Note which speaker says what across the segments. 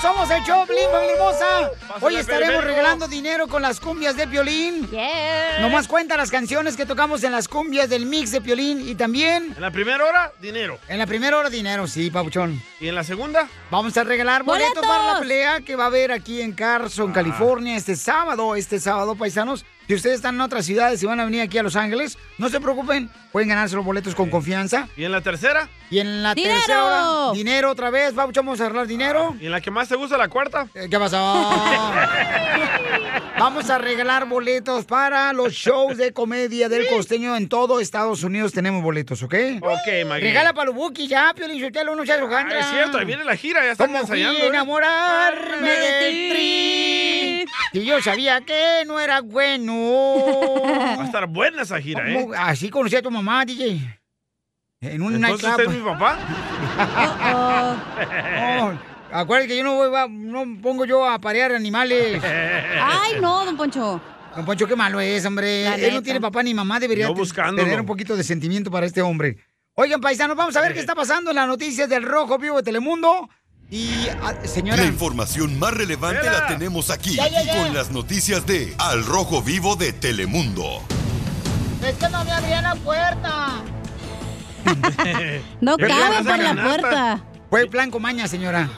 Speaker 1: somos el show, Blin, familia hermosa. Hoy estaremos regalando dinero con las cumbias de Piolín. Nomás cuenta las canciones que tocamos en las cumbias del mix de Piolín y también...
Speaker 2: En la primera hora, dinero.
Speaker 1: En la primera hora, dinero, sí, Pabuchón.
Speaker 2: ¿Y en la segunda?
Speaker 1: Vamos a regalar boletos,
Speaker 2: ¡Boletos!
Speaker 1: para la pelea que va a haber aquí en Carson,
Speaker 2: Ah.
Speaker 1: California, este sábado, este sábado, paisanos. Si ustedes están en otras ciudades y van a venir aquí a Los Ángeles, no se preocupen, pueden ganarse los boletos con confianza.
Speaker 2: ¿Y en la tercera?
Speaker 1: Y en la
Speaker 2: ¡Dinero!
Speaker 1: tercera hora, dinero otra vez, Pabuchón, vamos a arreglar dinero.
Speaker 2: Ah,
Speaker 1: Eh,
Speaker 2: ¿Y en la que más te gusta, la cuarta?
Speaker 1: ¿Qué pasó? Vamos a regalar boletos para los shows de comedia del costeño en todo Estados Unidos. Tenemos boletos, ¿ok?
Speaker 2: Ok, Maggie.
Speaker 1: Regala para Lubuki ya, Piolín Sotelo, no seas hojandra.
Speaker 2: Ah, es cierto, ahí viene la gira, ya están
Speaker 1: ¿Cómo fui
Speaker 2: ensayando,
Speaker 1: a
Speaker 2: ¿eh?
Speaker 1: enamorarme de ti? Y yo sabía que no era
Speaker 2: Va a
Speaker 1: bueno.
Speaker 2: estar buena esa gira, ¿eh?
Speaker 1: Ah, ¿Cómo? Así conocí a tu mamá, DJ. En un
Speaker 2: Entonces, ¿usted es mi
Speaker 1: nightclub.
Speaker 2: papá?
Speaker 1: No, oh. acuérdate que yo no, voy a- no pongo yo a parear animales.
Speaker 3: Ay, no, don Poncho.
Speaker 1: Don Poncho, qué malo es, hombre.
Speaker 3: La
Speaker 1: Él
Speaker 3: neta.
Speaker 1: no tiene papá ni mamá, debería
Speaker 2: Yo
Speaker 1: te-
Speaker 2: buscándolo.
Speaker 1: tener un poquito de sentimiento para este hombre. Oigan, paisanos, vamos a ver qué está pasando en las noticias del Rojo Vivo de Telemundo. Y, ah,
Speaker 4: La
Speaker 1: señora,
Speaker 4: información más relevante la tenemos aquí,
Speaker 1: Ya, ya, ya.
Speaker 4: con las noticias de Al Rojo Vivo de Telemundo.
Speaker 1: es que no me abrían la puerta.
Speaker 3: No cabe
Speaker 4: Pero ya no
Speaker 3: por la
Speaker 4: sacan
Speaker 3: puerta.
Speaker 1: Fue el plan comaña, señora.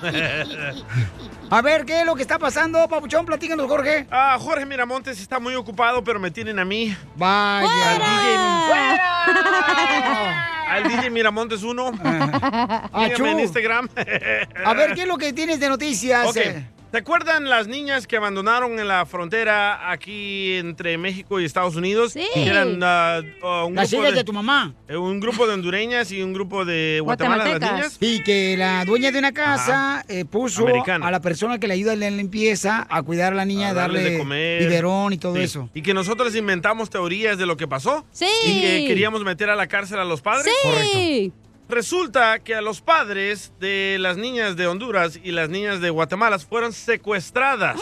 Speaker 1: A ver, ¿qué es lo que está pasando, Papuchón? Platícanos, Jorge.
Speaker 2: Ah, Jorge Miramontes está muy ocupado, pero me tienen a mí.
Speaker 1: Vaya.
Speaker 2: Al DJ Miramontes 1.
Speaker 1: Ah, Achú.
Speaker 2: Sígueme en Instagram.
Speaker 1: A ver, ¿qué es lo que tienes de noticias?
Speaker 2: Ok.
Speaker 1: eh?
Speaker 2: ¿Te acuerdan las niñas que abandonaron en la frontera aquí entre México y Estados Unidos?
Speaker 1: Sí.
Speaker 2: Que eran ah, ah, un
Speaker 1: Las
Speaker 2: grupo
Speaker 1: hijas de tu mamá.
Speaker 2: eh, un grupo de hondureñas y un grupo de Guatemala, las niñas.
Speaker 1: Sí, que la dueña de una casa eh, puso
Speaker 2: Americana.
Speaker 1: a la persona que le ayuda en la limpieza a cuidar a la niña,
Speaker 2: A darles
Speaker 1: darle
Speaker 2: de comer.
Speaker 1: biberón y todo
Speaker 2: Sí.
Speaker 1: eso.
Speaker 2: Y que nosotros inventamos teorías de lo que pasó.
Speaker 3: Sí.
Speaker 2: Y que queríamos meter a la cárcel a los padres.
Speaker 3: Sí.
Speaker 2: Resulta que a los padres de las niñas de Honduras y las niñas de Guatemala fueron secuestradas.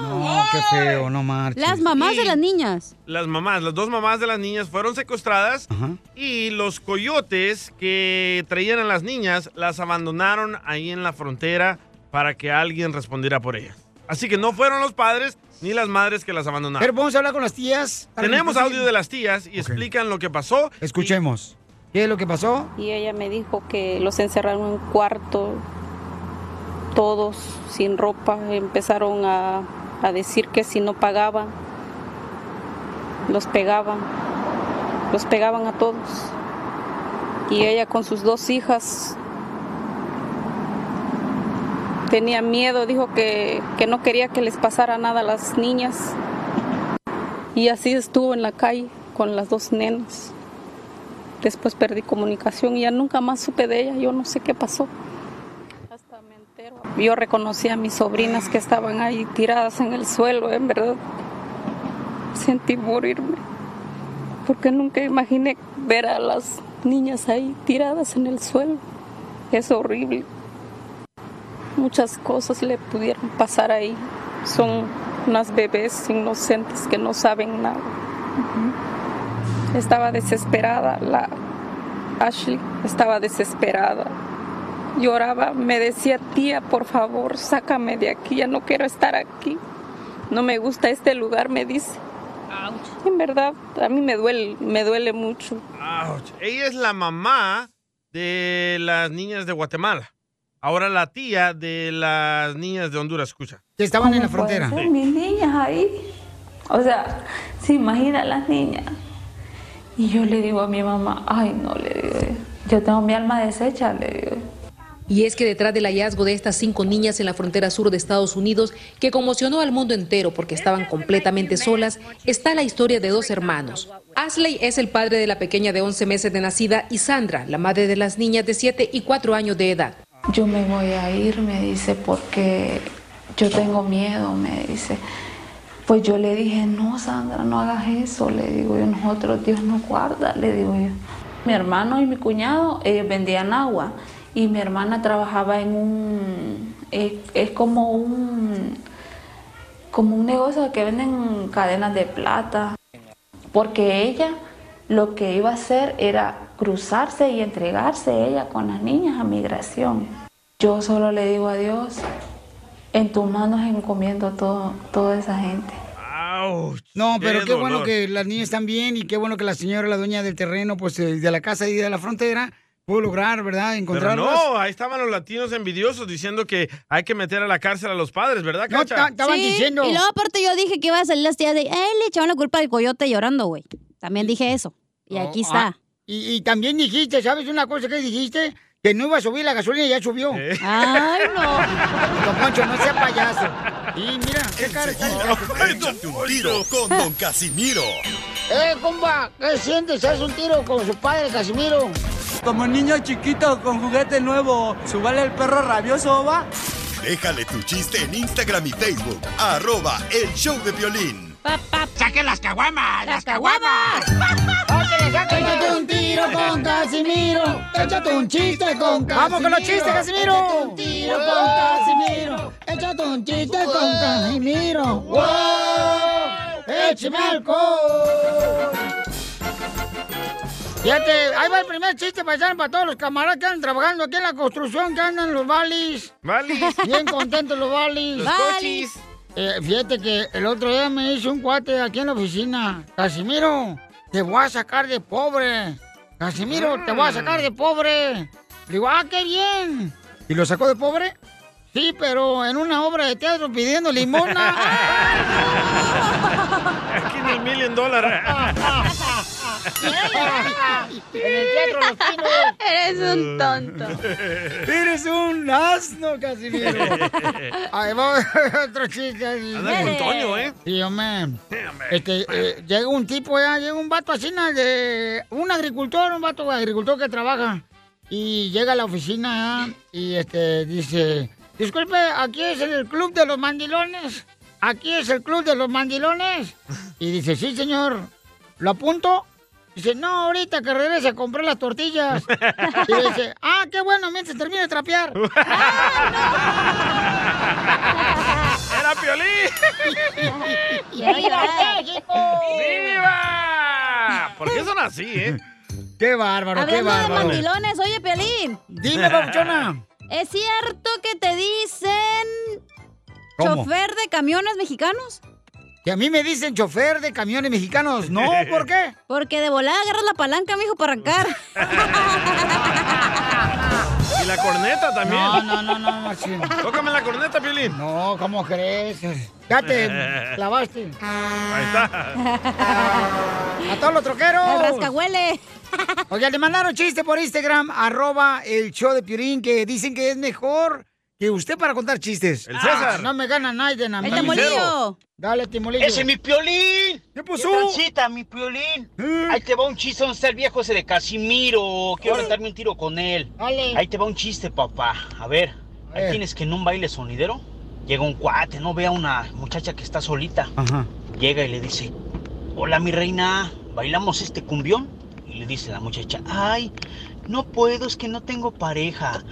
Speaker 1: No, qué feo, no marches.
Speaker 3: Las mamás de las niñas.
Speaker 2: Las mamás, las dos mamás de las niñas fueron secuestradas y los coyotes que traían a las niñas las abandonaron ahí en la frontera para que alguien respondiera por ellas. Así que no fueron los padres ni las madres que las abandonaron.
Speaker 1: Pero vamos a hablar con las tías.
Speaker 2: Tenemos audio de las tías y explican lo que pasó.
Speaker 1: Escuchemos. ¿Qué es lo que pasó?
Speaker 5: Y ella me dijo que los encerraron en un cuarto, todos sin ropa, empezaron a, a decir que si no pagaban, los pegaban, los pegaban a todos. Y ella con sus dos hijas tenía miedo, dijo que, que no quería que les pasara nada a las niñas. Y así estuvo en la calle con las dos nenas. Después perdí comunicación y ya nunca más supe de ella. Yo no sé qué pasó. Yo reconocí a mis sobrinas que estaban ahí tiradas en el suelo, en verdad. Sentí morirme. Porque nunca imaginé ver a las niñas ahí tiradas en el suelo. Es horrible. Muchas cosas le pudieron pasar ahí. Son unas bebés inocentes que no saben nada. Estaba desesperada, la Ashley estaba desesperada. Lloraba, me decía, tía, por favor, sácame de aquí, ya no quiero estar aquí. No me gusta este lugar, me dice. En verdad, a mí me duele, me duele mucho.
Speaker 2: Ouch. Ella es la mamá de las niñas de Guatemala. Ahora la tía de las niñas de Honduras, escucha.
Speaker 1: Que estaban en la
Speaker 6: ¿Cómo puede
Speaker 1: frontera.
Speaker 6: ser? Mis niñas ahí. O sea, se imagina las niñas. Y yo le digo a mi mamá, ay no, le digo, yo tengo mi alma deshecha, le digo.
Speaker 7: Y es que detrás del hallazgo de estas cinco niñas en la frontera sur de Estados Unidos, que conmocionó al mundo entero porque estaban completamente solas, está la historia de dos hermanos. Asley es el padre de la pequeña de 11 meses de nacida y Sandra, la madre de las niñas de 7 y 4 años de edad.
Speaker 6: Yo me voy a ir, me dice, porque yo tengo miedo, me dice. Pues yo le dije, no, Sandra, no hagas eso, le digo yo, nosotros Dios nos guarda, le digo yo. Mi hermano y mi cuñado, ellos vendían agua y mi hermana trabajaba en un, es, es como un, como un negocio que venden cadenas de plata, porque ella lo que iba a hacer era cruzarse y entregarse ella con las niñas a migración. Yo solo le digo a Dios, En tus manos encomiendo todo, toda esa gente.
Speaker 1: No,
Speaker 6: qué
Speaker 1: pero qué bueno
Speaker 6: dolor.
Speaker 1: que las niñas están bien y qué bueno que la señora, la dueña del terreno, pues eh, de la casa y de la frontera, pudo lograr, ¿verdad?
Speaker 2: Pero
Speaker 1: Encontrarlas.
Speaker 2: no, ahí estaban los latinos envidiosos diciendo que hay que meter a la cárcel a los padres, ¿verdad,
Speaker 1: No,
Speaker 2: Cacha?
Speaker 1: ta- estaban diciendo.
Speaker 3: Y luego aparte yo dije que iba a salir las tías de, ay, le echaron la culpa al coyote llorando, güey. También dije eso. Y aquí está.
Speaker 1: Ah, y, y también dijiste, ¿sabes una cosa que dijiste? Que no iba a subir la gasolina y ya subió.
Speaker 3: Ay,
Speaker 1: no. Don Poncho, no sea payaso. Y mira, qué cara está el gato.
Speaker 4: Échate un tiro con Don Casimiro.
Speaker 1: ¡Eh, compa! ¿Qué sientes? ¿Haz un tiro con su padre, Casimiro?
Speaker 8: Como niño chiquito con juguete nuevo, ¿subale el perro rabioso va?
Speaker 4: Déjale tu chiste en Instagram y Facebook. Arroba el show de violín.
Speaker 1: ¡Saque las caguamas! ¡Las caguamas! Échate un tiro con Casimiro. Échate un chiste con Casimiro. ¡Vamos con los chistes, Casimiro! Échate un tiro con Casimiro. Échate un chiste con Casimiro. ¡Eh, ¡Wow! ¡Échame alcohol! Fíjate, ahí va el primer chiste paisano, para todos los camaradas que andan trabajando aquí en la construcción, que andan los valis.
Speaker 2: Valis.
Speaker 1: Bien contentos los valis.
Speaker 2: Los Valis. cochis.
Speaker 1: Eh, fíjate que el otro día me hizo un cuate aquí en la oficina. Casimiro, te voy a sacar de pobre. Casimiro, te voy a sacar de pobre. Le digo, ah, qué bien. ¿Y lo sacó de pobre? Sí, pero en una obra de teatro pidiendo limona.
Speaker 2: Aquí en el million dólares.
Speaker 1: Eres un tonto. Eres un asno, Casimiro. Ahí va otro chiste.
Speaker 2: Anda con Toño, ¿eh?
Speaker 1: Sí, hombre. Este, eh, llega un tipo, ya, llega un vato así, na, de, un agricultor, un vato agricultor que trabaja. Y llega a la oficina ya, y este, dice, disculpe, aquí es el club de los mandilones. Aquí es el club de los mandilones. Y dice, sí, señor, ¿lo apunto? Dice, no, ahorita que regrese a comprar las tortillas. Y le dice, ah, qué bueno, mientras termine de trapear.
Speaker 2: ¡Era Piolín!
Speaker 1: Quiero llorar.
Speaker 2: ¡Viva! ¿Por qué son así, eh?
Speaker 1: ¡Qué bárbaro,
Speaker 3: Hablando de mandilones, oye, Piolín.
Speaker 2: Dime, babuchona.
Speaker 3: ¿Es cierto que te dicen
Speaker 1: ¿Cómo?
Speaker 3: chofer de camiones mexicanos?
Speaker 1: Que a mí me dicen chofer de camiones mexicanos. No, ¿por qué?
Speaker 3: Porque de volada agarras la palanca, mijo, para arrancar.
Speaker 2: Y la corneta también.
Speaker 1: No, no, no, no, Maxim.
Speaker 2: Tócame la corneta, Piolín.
Speaker 1: No, ¿cómo crees? Ya te clavaste.
Speaker 2: Ahí está.
Speaker 1: A todos los troqueros.
Speaker 3: El rascahuele.
Speaker 1: Oiga, le mandaron chiste por Instagram, arroba el show de Piolín, que dicen que es mejor que usted para contar chistes.
Speaker 2: El César.
Speaker 1: Ah, no me gana nadie, a mí.
Speaker 9: El Tamolillo.
Speaker 1: Dale, Timolillo.
Speaker 9: ¡Ese es mi piolín!
Speaker 1: ¿Qué
Speaker 9: puso? ¡Transita, mi piolín! Ahí te va un chiste donde está el viejo ese de Casimiro. Quiero aventarme un tiro con él.
Speaker 1: Dale.
Speaker 9: Ahí te va un chiste, papá. A ver, ahí
Speaker 1: ver.
Speaker 9: tienes que en un baile sonidero llega un cuate, no ve a una muchacha que está solita.
Speaker 1: Ajá.
Speaker 9: Llega y le dice: Hola, mi reina, ¿bailamos este cumbión? Y le dice la muchacha: Ay, no puedo, es que no tengo pareja.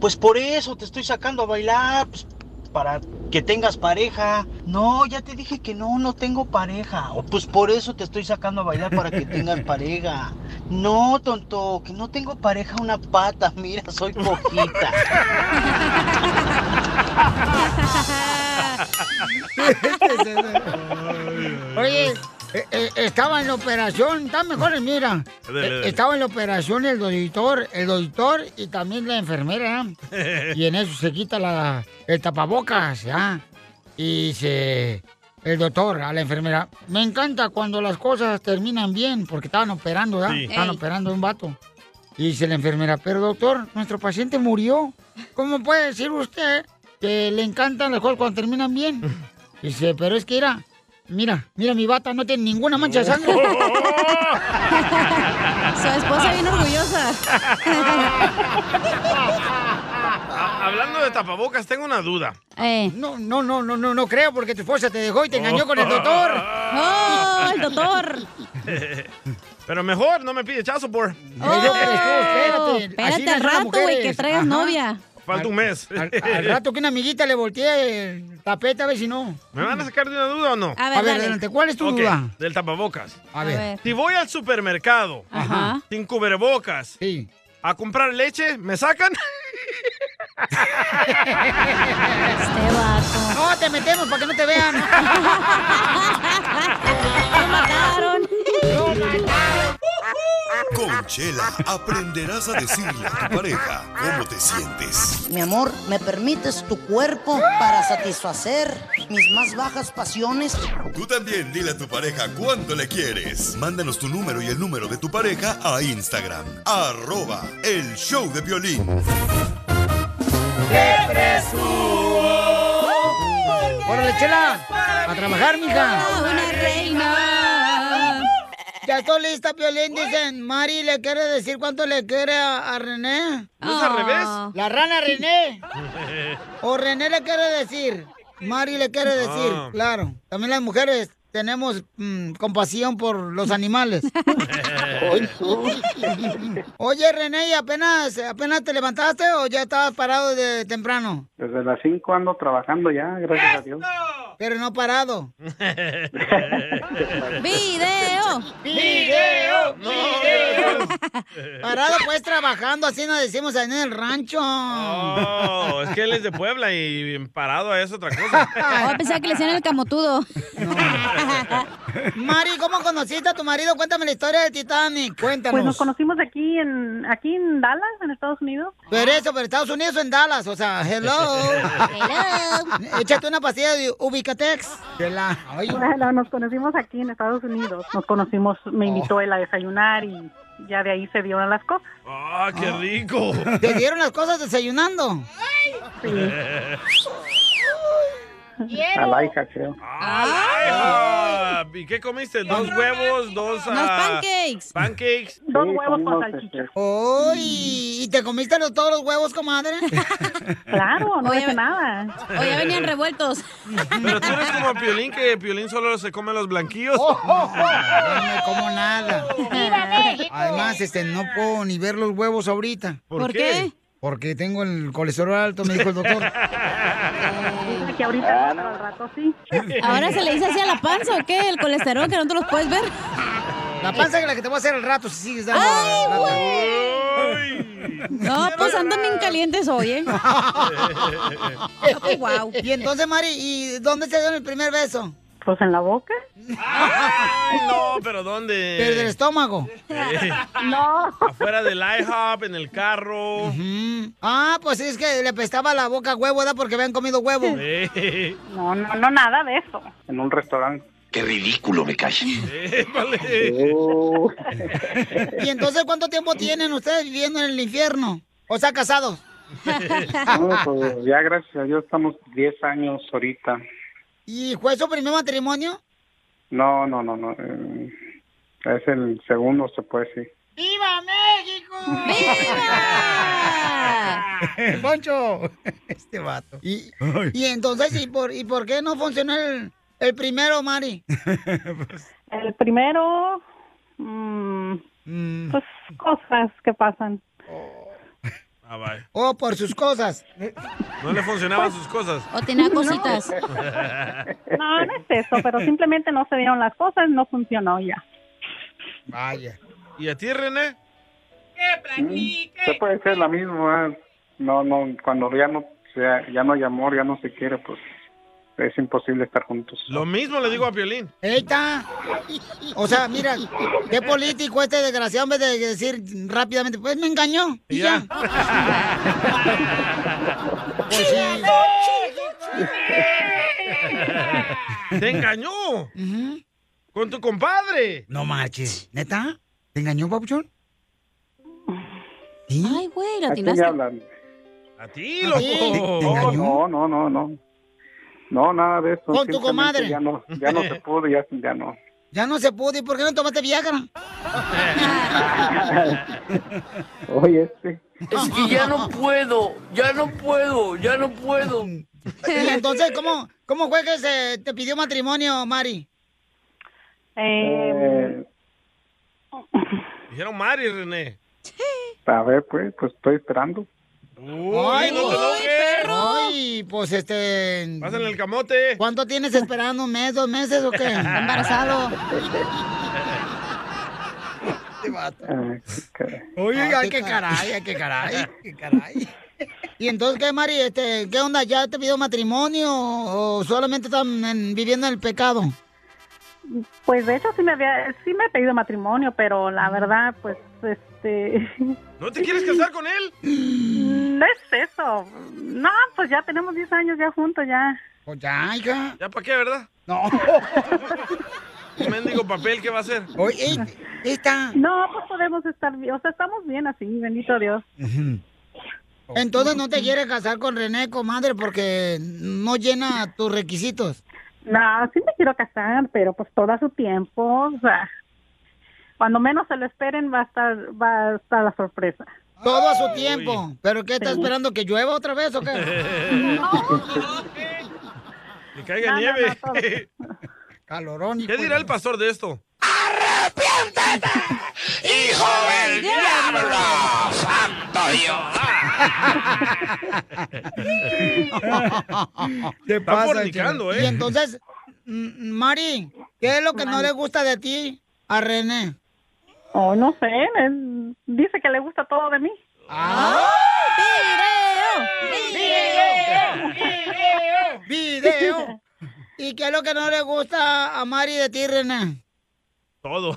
Speaker 9: Pues por eso te estoy sacando a bailar, pues, para que tengas pareja. No, ya te dije que no, no tengo pareja. O pues por eso te estoy sacando a bailar para que tengas pareja. No, tonto, que no tengo pareja una pata, mira, soy cojita.
Speaker 1: Oye, eh, eh, estaba en la operación, está mejor, mira.
Speaker 10: Dale,
Speaker 1: Eh,
Speaker 10: dale.
Speaker 1: Estaba en la operación el doctor, el doctor y también la enfermera. ¿eh? Y en eso se quita la, el tapabocas, ¿ya? Y dice el doctor a la enfermera, me encanta cuando las cosas terminan bien, porque estaban operando, ¿ya?
Speaker 10: Sí.
Speaker 1: Estaban
Speaker 10: Ey.
Speaker 1: operando a un vato. Y dice la enfermera, pero doctor, nuestro paciente murió. ¿Cómo puede decir usted que le encantan las cosas cuando terminan bien? Dice, pero es que era, mira, mira mi bata, no tiene ninguna mancha de sangre.
Speaker 3: Su esposa bien orgullosa.
Speaker 2: Ha- Ah, Hablando de tapabocas, tengo una duda.
Speaker 3: Eh.
Speaker 1: No, no, no, no, no, no creo porque tu esposa te dejó y te engañó con el doctor.
Speaker 3: ¡Oh, el doctor!
Speaker 2: Pero mejor, no me pide chazo por.
Speaker 3: Oh, Espérate al rato, güey, que traigas novia.
Speaker 2: Falta un mes.
Speaker 1: Al, al rato que una amiguita le voltee el tapete, a ver si no.
Speaker 2: ¿Me van a sacar de una duda o no?
Speaker 1: A ver, A ver, dale. adelante, ¿cuál es tu
Speaker 2: Ok,
Speaker 1: duda?
Speaker 2: Del tapabocas.
Speaker 1: A
Speaker 10: ver. A ver.
Speaker 2: Si voy al supermercado
Speaker 10: Ajá.
Speaker 2: sin cubrebocas a comprar leche, ¿me sacan?
Speaker 10: Este
Speaker 1: Nomás te metemos para que no te vean.
Speaker 3: ¡Lo mataron!
Speaker 1: ¡Lo mataron!
Speaker 4: Con Chela aprenderás a decirle a tu pareja cómo te sientes.
Speaker 10: Mi amor, ¿me permites tu cuerpo para satisfacer mis más bajas pasiones?
Speaker 4: Tú también dile a tu pareja cuánto le quieres. Mándanos tu número y el número de tu pareja a Instagram. Arroba el show de violín.
Speaker 1: ¡Órale, chela! ¡A trabajar, mija! ¡Una reina! Ya estoy lista, Piolín. Dicen, Mari le quiere decir cuánto le quiere a, a René. Ah.
Speaker 2: ¿No es al revés?
Speaker 1: La rana René. O René le quiere decir. Mari le quiere decir.
Speaker 2: Ah.
Speaker 1: Claro. También las mujeres tenemos mm, compasión por los animales. Oye, René, ¿y apenas, apenas te levantaste o ya estabas parado de temprano?
Speaker 11: Desde las 5 ando trabajando ya, gracias a Dios.
Speaker 1: Pero no parado.
Speaker 3: ¡Video!
Speaker 1: ¡Video! Parado pues trabajando, así nos decimos en el rancho.
Speaker 2: Oh, es que él es de Puebla y parado es otra cosa.
Speaker 3: Oh, pensaba que le hacían el camotudo.
Speaker 1: Mari, ¿cómo conociste a tu marido? Cuéntame la historia del Titanic. Cuéntanos.
Speaker 12: Pues nos conocimos aquí en aquí en Dallas, en Estados Unidos.
Speaker 1: Pero eso, pero Estados Unidos o en Dallas, o sea, hello.
Speaker 12: Hello.
Speaker 1: Échate una pastilla de Ubicatex. De la- ay.
Speaker 12: Bueno, nos conocimos aquí en Estados Unidos. Nos conocimos, me invitó él a desayunar y ya de ahí se dieron las cosas.
Speaker 2: ¡Ah, qué rico!
Speaker 1: ¿Te dieron las cosas desayunando?
Speaker 11: A la hija, creo.
Speaker 2: Ah, ¿Y qué comiste? ¿Dos huevos? ¿Dos ah, pancakes?
Speaker 12: Dos
Speaker 1: huevos
Speaker 12: con salchicha.
Speaker 1: ¡Uy! ¿Y te comiste los- todos los huevos, comadre?
Speaker 12: Claro, no
Speaker 3: Oye,
Speaker 12: hice nada.
Speaker 3: O ya venían revueltos.
Speaker 2: Pero tú eres como Piolín, que Piolín solo se come los blanquillos.
Speaker 1: No me como nada. Además, este, no puedo ni ver los huevos ahorita.
Speaker 2: ¿Por ¿Por qué? qué?
Speaker 1: Porque tengo el colesterol alto, me dijo el doctor.
Speaker 12: Dice que ahorita no, pero al rato sí.
Speaker 3: ¿Ahora se le dice así a la panza o qué? ¿El colesterol que no te los puedes ver?
Speaker 1: La panza que la que te voy a hacer al rato si sigues dando.
Speaker 3: ¡Ay,
Speaker 1: lata.
Speaker 3: No, pues andan bien calientes hoy, ¿eh? wow.
Speaker 1: Y entonces, Mari, ¿y dónde se dio el primer beso?
Speaker 12: Pues en la boca.
Speaker 2: Ay, no, pero ¿dónde?
Speaker 1: Pero del estómago.
Speaker 12: No.
Speaker 2: Afuera del IHOP, en el carro.
Speaker 1: Ah, pues es que le pestaba la boca a huevo, ¿verdad? Porque habían comido huevo.
Speaker 2: Eh,
Speaker 12: No, no, no, nada de eso.
Speaker 11: En un restaurante.
Speaker 13: Qué ridículo me cae.
Speaker 2: eh, vale.
Speaker 13: Oh.
Speaker 1: Y entonces, ¿cuánto tiempo tienen ustedes viviendo en el infierno? O sea, casados.
Speaker 11: No, pues ya gracias a Dios estamos 10 años ahorita.
Speaker 1: ¿Y fue su primer matrimonio?
Speaker 11: No, no, no, no. eh, es el segundo, se puede decir.
Speaker 1: ¡Viva México! ¡Viva! Poncho, este vato. Y, y entonces, ¿y por, ¿y por qué no funcionó el, el primero, Mari?
Speaker 12: El primero, mm, pues cosas que pasan.
Speaker 2: Ah, vaya.
Speaker 1: O Oh, por sus cosas.
Speaker 2: No le funcionaban sus cosas.
Speaker 3: O tenía cositas.
Speaker 12: No, no es eso, pero simplemente no se dieron las cosas, no funcionó ya.
Speaker 1: Vaya.
Speaker 2: ¿Y a ti, René?
Speaker 11: Se puede ser la misma. No, no, cuando ya no, sea, ya no hay amor, ya no se quiere, pues es imposible estar juntos.
Speaker 2: Lo mismo le digo a Piolín.
Speaker 1: Ahí está. O sea, mira, qué político este desgraciado en vez de decir rápidamente, pues me engañó. Y ya. Pues sí.
Speaker 2: ¡Te engañó! ¡Con tu compadre!
Speaker 1: No marches. ¿Neta? ¿Te engañó, papuchón? ¿Sí?
Speaker 3: Ay, güey, la
Speaker 11: ¿A quién le
Speaker 3: atinaste.
Speaker 11: hablan?
Speaker 2: ¡A ti,
Speaker 1: ¿A ti?
Speaker 2: loco!
Speaker 1: ¿Te engañó?
Speaker 11: No, no, no, no. No, nada de eso.
Speaker 1: Con tu
Speaker 11: Simplemente
Speaker 1: comadre.
Speaker 11: Ya no, ya no se pudo, ya, ya no.
Speaker 1: Ya no se pudo. ¿Y por qué no tomaste Viagra?
Speaker 11: Oye, este.
Speaker 14: Es que ya no puedo, ya no puedo, ya no puedo.
Speaker 1: Y entonces, ¿cómo, cómo fue que se te pidió matrimonio, Mari?
Speaker 12: Eh,
Speaker 2: Dijeron Mari, René.
Speaker 11: A ver, pues, pues estoy esperando.
Speaker 2: ¡Uy, no te enojes!
Speaker 1: Ay, pues este...
Speaker 2: Pásale el camote.
Speaker 1: ¿Cuánto tienes esperando? ¿Un mes, dos meses o qué? Embarazado.
Speaker 11: Ay, qué
Speaker 1: Oye, ay,
Speaker 13: Este
Speaker 11: caray. Ah, qué
Speaker 1: qué Ah, caray, ay, qué
Speaker 11: caray.
Speaker 1: caray, qué caray. Y entonces, ¿qué, Mari? Este, ¿Qué onda? ¿Ya te pidió matrimonio o o solamente están en- viviendo en el pecado?
Speaker 12: Pues de hecho sí me había, sí me ha pedido matrimonio, pero la verdad, pues, este,
Speaker 2: ¿No te quieres casar con él?
Speaker 12: no Mm, es eso. No, pues ya tenemos 10 años ya juntos, ya.
Speaker 1: Pues ya, hija.
Speaker 2: ¿Ya para qué, verdad?
Speaker 1: No.
Speaker 2: Un mendigo papel, ¿qué va a hacer?
Speaker 1: esta.
Speaker 12: No, pues podemos estar bien, o sea, estamos bien así, bendito Dios.
Speaker 1: Entonces no te quieres casar con René, comadre, porque no llena tus requisitos.
Speaker 12: No, sí me quiero casar, pero pues todo a su tiempo, o sea, cuando menos se lo esperen va a estar, va a estar la sorpresa.
Speaker 1: Todo a su tiempo. ¿Pero qué? ¿Estás esperando que llueva otra vez o qué?
Speaker 2: Que caiga
Speaker 1: No, no,
Speaker 2: nieve.
Speaker 1: no, Calorón.
Speaker 2: ¿Qué dirá el pastor de esto?
Speaker 13: ¡Hijo del diablo! ¡Santo Dios!
Speaker 1: Te
Speaker 13: Está fornicando, ¿eh?
Speaker 1: Y entonces, mm, Mari, ¿qué es lo que no le gusta de ti a René?
Speaker 12: Oh, no sé, él dice que le gusta todo de mí.
Speaker 1: Ah. ¡Video! ¡Video! ¡Video! ¿Y qué es lo que no le gusta a Mari de ti, René?
Speaker 2: Todo.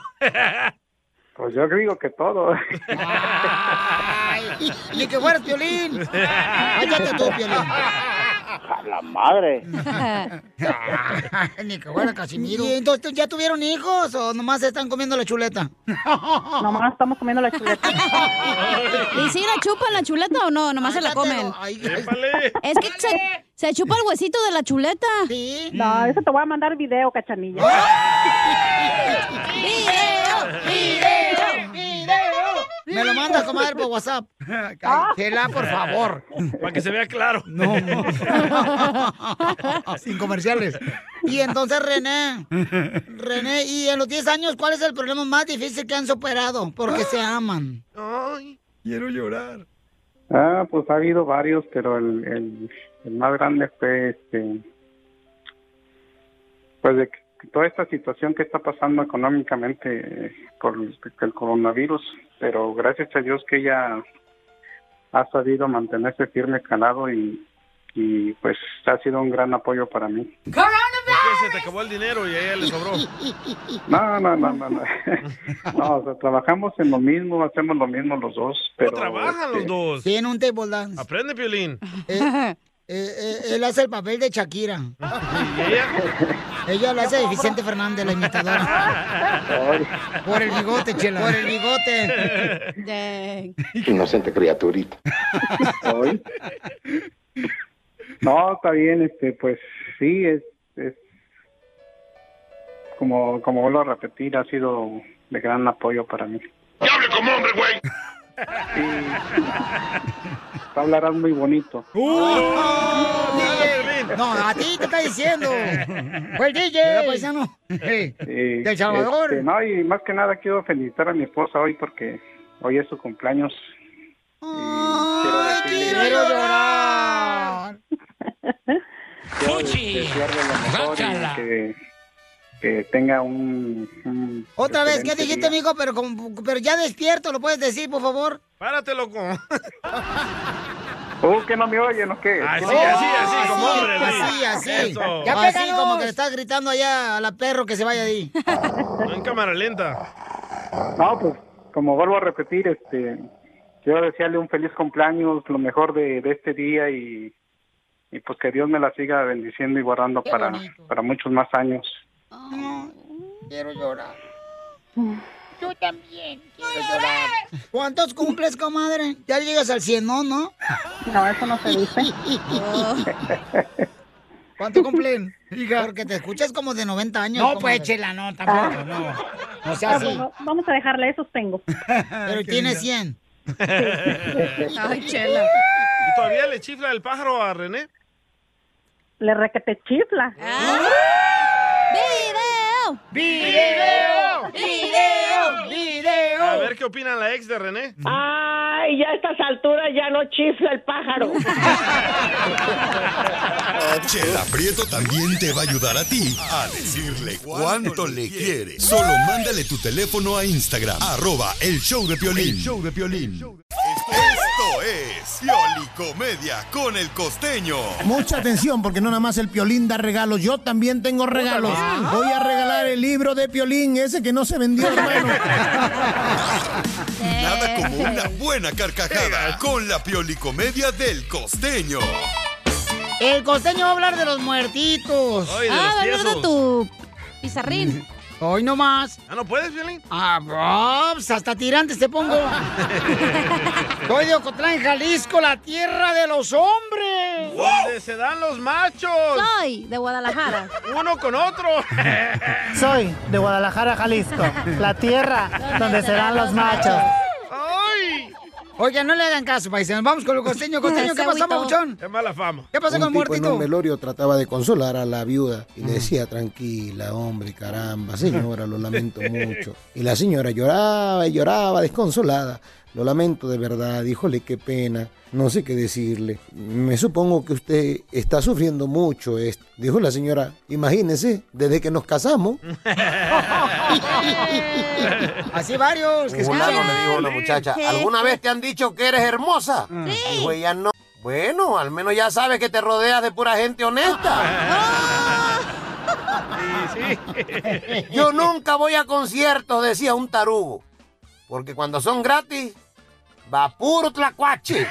Speaker 11: Pues yo digo que todo.
Speaker 1: Ay, ni que fueras violín. Cállate tú,
Speaker 15: A la madre.
Speaker 1: violín. ni que fuera Casimiro. ¿Y entonces ya tuvieron hijos o nomás están comiendo la chuleta?
Speaker 12: Nomás estamos comiendo la chuleta.
Speaker 3: ¿Y si la chupan la chuleta o no? Nomás se la comen. Es que se, se chupa el huesito de la chuleta.
Speaker 1: Sí. ¡Ah!
Speaker 12: No, eso te voy a mandar video, cachanilla.
Speaker 13: ¡Video! ¡Video! ¡Video!
Speaker 1: Me lo mandas, comadre, por WhatsApp.
Speaker 12: Ah.
Speaker 1: Cállate, por favor.
Speaker 2: Ah. Para que se vea claro.
Speaker 1: Sin comerciales. Y entonces, René, René, y en los 10 años, ¿cuál es el problema más difícil que han superado? Porque se aman.
Speaker 2: Quiero llorar.
Speaker 11: Ah, pues ha habido varios, pero el, el, el más grande fue este. Pues de que toda esta situación que está pasando económicamente eh, por el el coronavirus, pero gracias a Dios que ella ha sabido mantenerse firme, calado y, y pues ha sido un gran apoyo para mí.
Speaker 2: Porque se te acabó el dinero y a ella le sobró.
Speaker 11: No, no, no, no. No, No, o sea, trabajamos en lo mismo, hacemos lo mismo los dos, pero.
Speaker 2: trabajan
Speaker 11: este,
Speaker 2: los dos.
Speaker 1: Sí, en un table dance.
Speaker 2: Aprende, Piolín.
Speaker 1: Eh, eh, eh, él hace el papel de Shakira.
Speaker 2: ¿Y ella?
Speaker 1: Ella lo hace de Vicente Fernández, la imitadora. Por el bigote, chela. Por el bigote.
Speaker 16: Inocente criaturita.
Speaker 11: Hoy. No, está bien, este, pues sí, es, es como, como vuelvo a repetir, ha sido de gran apoyo para mí.
Speaker 13: hable como hombre, güey!
Speaker 11: Tú hablarás muy bonito.
Speaker 1: ¡Uh! No, a ti te está diciendo. Fue el DJ. paisano.
Speaker 11: Eh,
Speaker 1: de El Salvador.
Speaker 11: este, no, y más que nada quiero felicitar a mi esposa hoy porque hoy es su cumpleaños.
Speaker 1: Quiero llorar.
Speaker 11: Quiero desearle lo mejor y
Speaker 1: Guácala.
Speaker 11: que, que tenga un... un
Speaker 1: Otra vez, ¿qué
Speaker 11: excelente
Speaker 1: dijiste,
Speaker 11: día.
Speaker 1: mijo? Pero, como- pero ya despierto, ¿lo puedes decir, por favor?
Speaker 2: Párate, loco.
Speaker 11: Uh, que no me oyen, ¿o qué?
Speaker 2: Así, así, así, como
Speaker 1: así,
Speaker 2: hombre.
Speaker 1: así, así.
Speaker 2: Eso.
Speaker 1: Ya así como que le estás gritando allá a la perro que se vaya de ahí.
Speaker 2: No en cámara lenta.
Speaker 11: No, pues como vuelvo a repetir, este, quiero desearle un feliz cumpleaños, lo mejor de, de este día y, y pues que Dios me la siga bendiciendo y guardando para, para muchos más años.
Speaker 1: Mm, Quiero llorar.
Speaker 12: Mm.
Speaker 1: Yo también quiero llorar. ¿Cuántos cumples, comadre? Ya llegas al 100, ¿no? No,
Speaker 12: no eso no se dice.
Speaker 1: ¿Cuánto cumplen? Porque te escuchas como de 90 años.
Speaker 12: No, pues,
Speaker 1: chela, no,
Speaker 12: tampoco,
Speaker 1: no.
Speaker 12: No
Speaker 1: sea así. Ah,
Speaker 12: vamos a dejarle, esos tengo.
Speaker 1: Pero tiene 100.
Speaker 12: Ay, chela.
Speaker 2: ¿Y todavía le chifla el pájaro a René?
Speaker 12: Le requete chifla.
Speaker 1: Ah,
Speaker 3: ¡Video!
Speaker 13: ¡Video!
Speaker 3: ¡Video!
Speaker 1: ¡Video!
Speaker 2: A ver qué opina la ex de René.
Speaker 17: Ay, ya a estas alturas ya no chifla el pájaro.
Speaker 4: Chela Prieto también te va a ayudar a ti a decirle cuánto le quiere. Solo mándale tu teléfono a Instagram, arroba el show de Piolín. Esto es Piolicomedia con el costeño.
Speaker 18: Mucha atención, porque no nada más el Piolín da regalos, yo también tengo regalos. Ah. Voy a regalar el libro de Piolín, ese que no se vendió, hermano.
Speaker 4: Nada
Speaker 13: Eh.
Speaker 4: como una buena carcajada con la Piolicomedia del costeño.
Speaker 1: El costeño va a hablar de los muertitos.
Speaker 3: Ay, de Ah, los va a hablar de tiesos.
Speaker 1: tu pizarrín. Hoy nomás.
Speaker 2: ¿Ah, no puedes, Violín?
Speaker 1: Ah, bro, pues hasta tirantes te pongo. Soy de Ocotlán, Jalisco, la tierra de los hombres.
Speaker 2: Donde se dan los machos.
Speaker 3: Soy de Guadalajara.
Speaker 2: Uno con otro.
Speaker 19: Soy de Guadalajara, Jalisco, la tierra donde serán los machos.
Speaker 1: ¡Ay! Oiga, no le hagan caso, paisanos. Vamos con el costeño. Costeño, ¿qué pasó, Pabuchón?
Speaker 2: Es mala fama.
Speaker 1: ¿Qué pasó
Speaker 18: Un
Speaker 1: con
Speaker 18: tipo en
Speaker 1: Muertito?
Speaker 18: un velorio trataba de consolar a la viuda y le decía, tranquila, hombre, caramba, señora, lo lamento mucho. Y la señora lloraba y lloraba, desconsolada. Lo lamento de verdad, híjole, qué pena. No sé qué decirle. Me supongo que usted está sufriendo mucho, esto. dijo la señora. Imagínese, desde que nos casamos.
Speaker 1: Así varios que
Speaker 17: Fulano
Speaker 1: escuchan.
Speaker 17: me dijo la muchacha, ¿alguna vez te han dicho que eres hermosa? Sí. Dijo ella, no. Bueno, al menos ya sabes que te rodeas de pura gente honesta.
Speaker 4: ¿eh?
Speaker 17: Yo nunca voy a conciertos, decía un tarugo. Porque cuando son gratis, va puro tlacuache.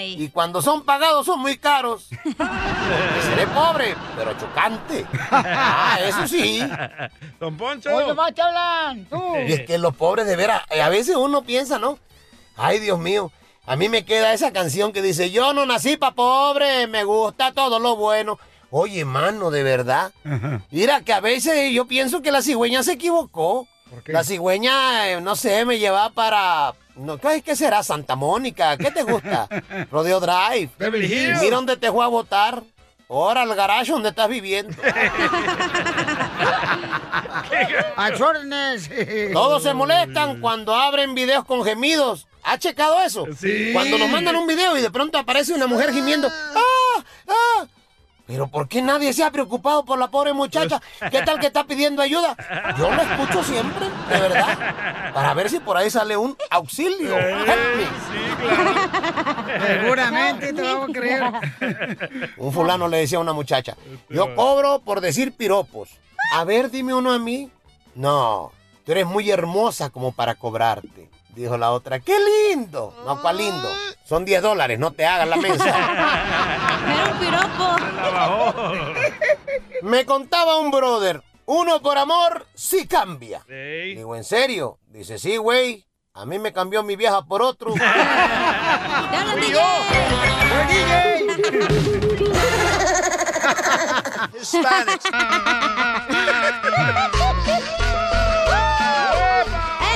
Speaker 17: Y cuando son pagados son muy caros. Porque seré pobre, pero chocante. Ah, eso sí.
Speaker 2: Don Poncho.
Speaker 1: Oye, más te hablan. Tú.
Speaker 17: Y es que los pobres de veras, eh, a veces uno piensa, ¿no? Ay, Dios mío, a mí me queda esa canción que dice, yo no nací pa' pobre, me gusta todo lo bueno. Oye, mano, de verdad. Mira, que a veces yo pienso que la cigüeña se equivocó. La cigüeña, eh, no sé, me llevaba para... No, ¿qué, qué será? Santa Mónica, ¿qué te gusta? Rodeo Drive.
Speaker 2: Beverly Hills.
Speaker 17: Mira dónde te fue a votar. Ahora al garaje donde estás viviendo.
Speaker 1: A sus órdenes.
Speaker 17: Todos se molestan cuando abren videos con gemidos. ¿Ha checado eso?
Speaker 13: Sí.
Speaker 17: Cuando nos mandan un video y de pronto aparece una mujer gimiendo. ¡Ah! ¡Ah! Pero ¿por qué nadie se ha preocupado por la pobre muchacha? ¿Qué tal que está pidiendo ayuda? Yo la escucho siempre, de verdad. Para ver si por ahí sale un auxilio. Help me.
Speaker 1: Seguramente te vamos a creer.
Speaker 17: Un fulano le decía a una muchacha, yo cobro por decir piropos. A ver, dime uno a mí. No, tú eres muy hermosa como para cobrarte. Dijo la otra, qué lindo. No, cuál lindo. Son 10 dólares, no te hagas la mensa.
Speaker 13: Era un
Speaker 17: Me contaba un brother, uno por amor sí cambia. Digo, ¿en serio? Dice, sí, güey. A mí me cambió mi vieja por otro.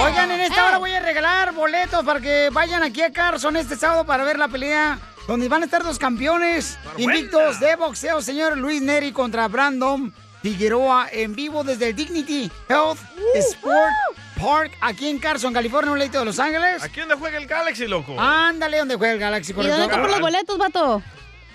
Speaker 1: Oigan, en esta hora voy a regalar boletos para que vayan aquí a Carson este sábado para ver la pelea donde van a estar dos campeones invictos de boxeo, señor Luis Neri contra Brandon Figueroa en vivo desde el Dignity Health Sport Park aquí en Carson, California, un leito de Los Ángeles.
Speaker 2: Aquí donde juega el Galaxy, loco.
Speaker 19: Ah.
Speaker 1: Ándale, donde juega el Galaxy.
Speaker 3: ¿Y dónde compro los boletos, vato?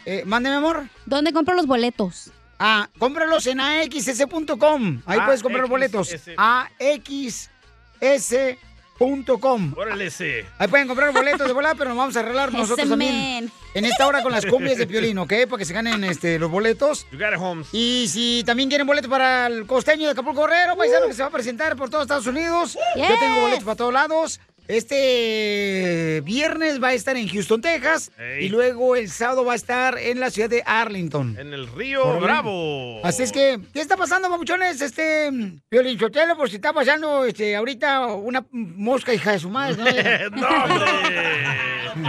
Speaker 1: Eh, mándeme, amor.
Speaker 3: ¿Dónde compro los boletos?
Speaker 1: Ah, cómpralos en axs.com. Ahí puedes comprar los boletos. axs.com.
Speaker 2: Órale, sí.
Speaker 1: Ahí pueden comprar boletos de volada, pero nos vamos a arreglar nosotros
Speaker 2: Ese
Speaker 1: también.
Speaker 2: men.
Speaker 1: En esta hora con las cumbias de Piolín, ¿ok? Para que se ganen este, los boletos.
Speaker 2: You got it, Holmes.
Speaker 1: Y si también quieren boletos para el costeño de Acapulco Correro, paisano que se va a presentar por todos Estados Unidos. Yo tengo boletos para todos lados. Este viernes va a estar en Houston, Texas.
Speaker 2: Ey.
Speaker 1: Y luego el sábado va a estar en la ciudad de Arlington.
Speaker 2: En el río
Speaker 1: Por lo
Speaker 2: Bravo.
Speaker 1: Así es que, ¿qué está pasando, papuchones? Este, Piolín Sotelo, por si está pasando este, ahorita una mosca hija de su madre. ¿no?
Speaker 3: Ya se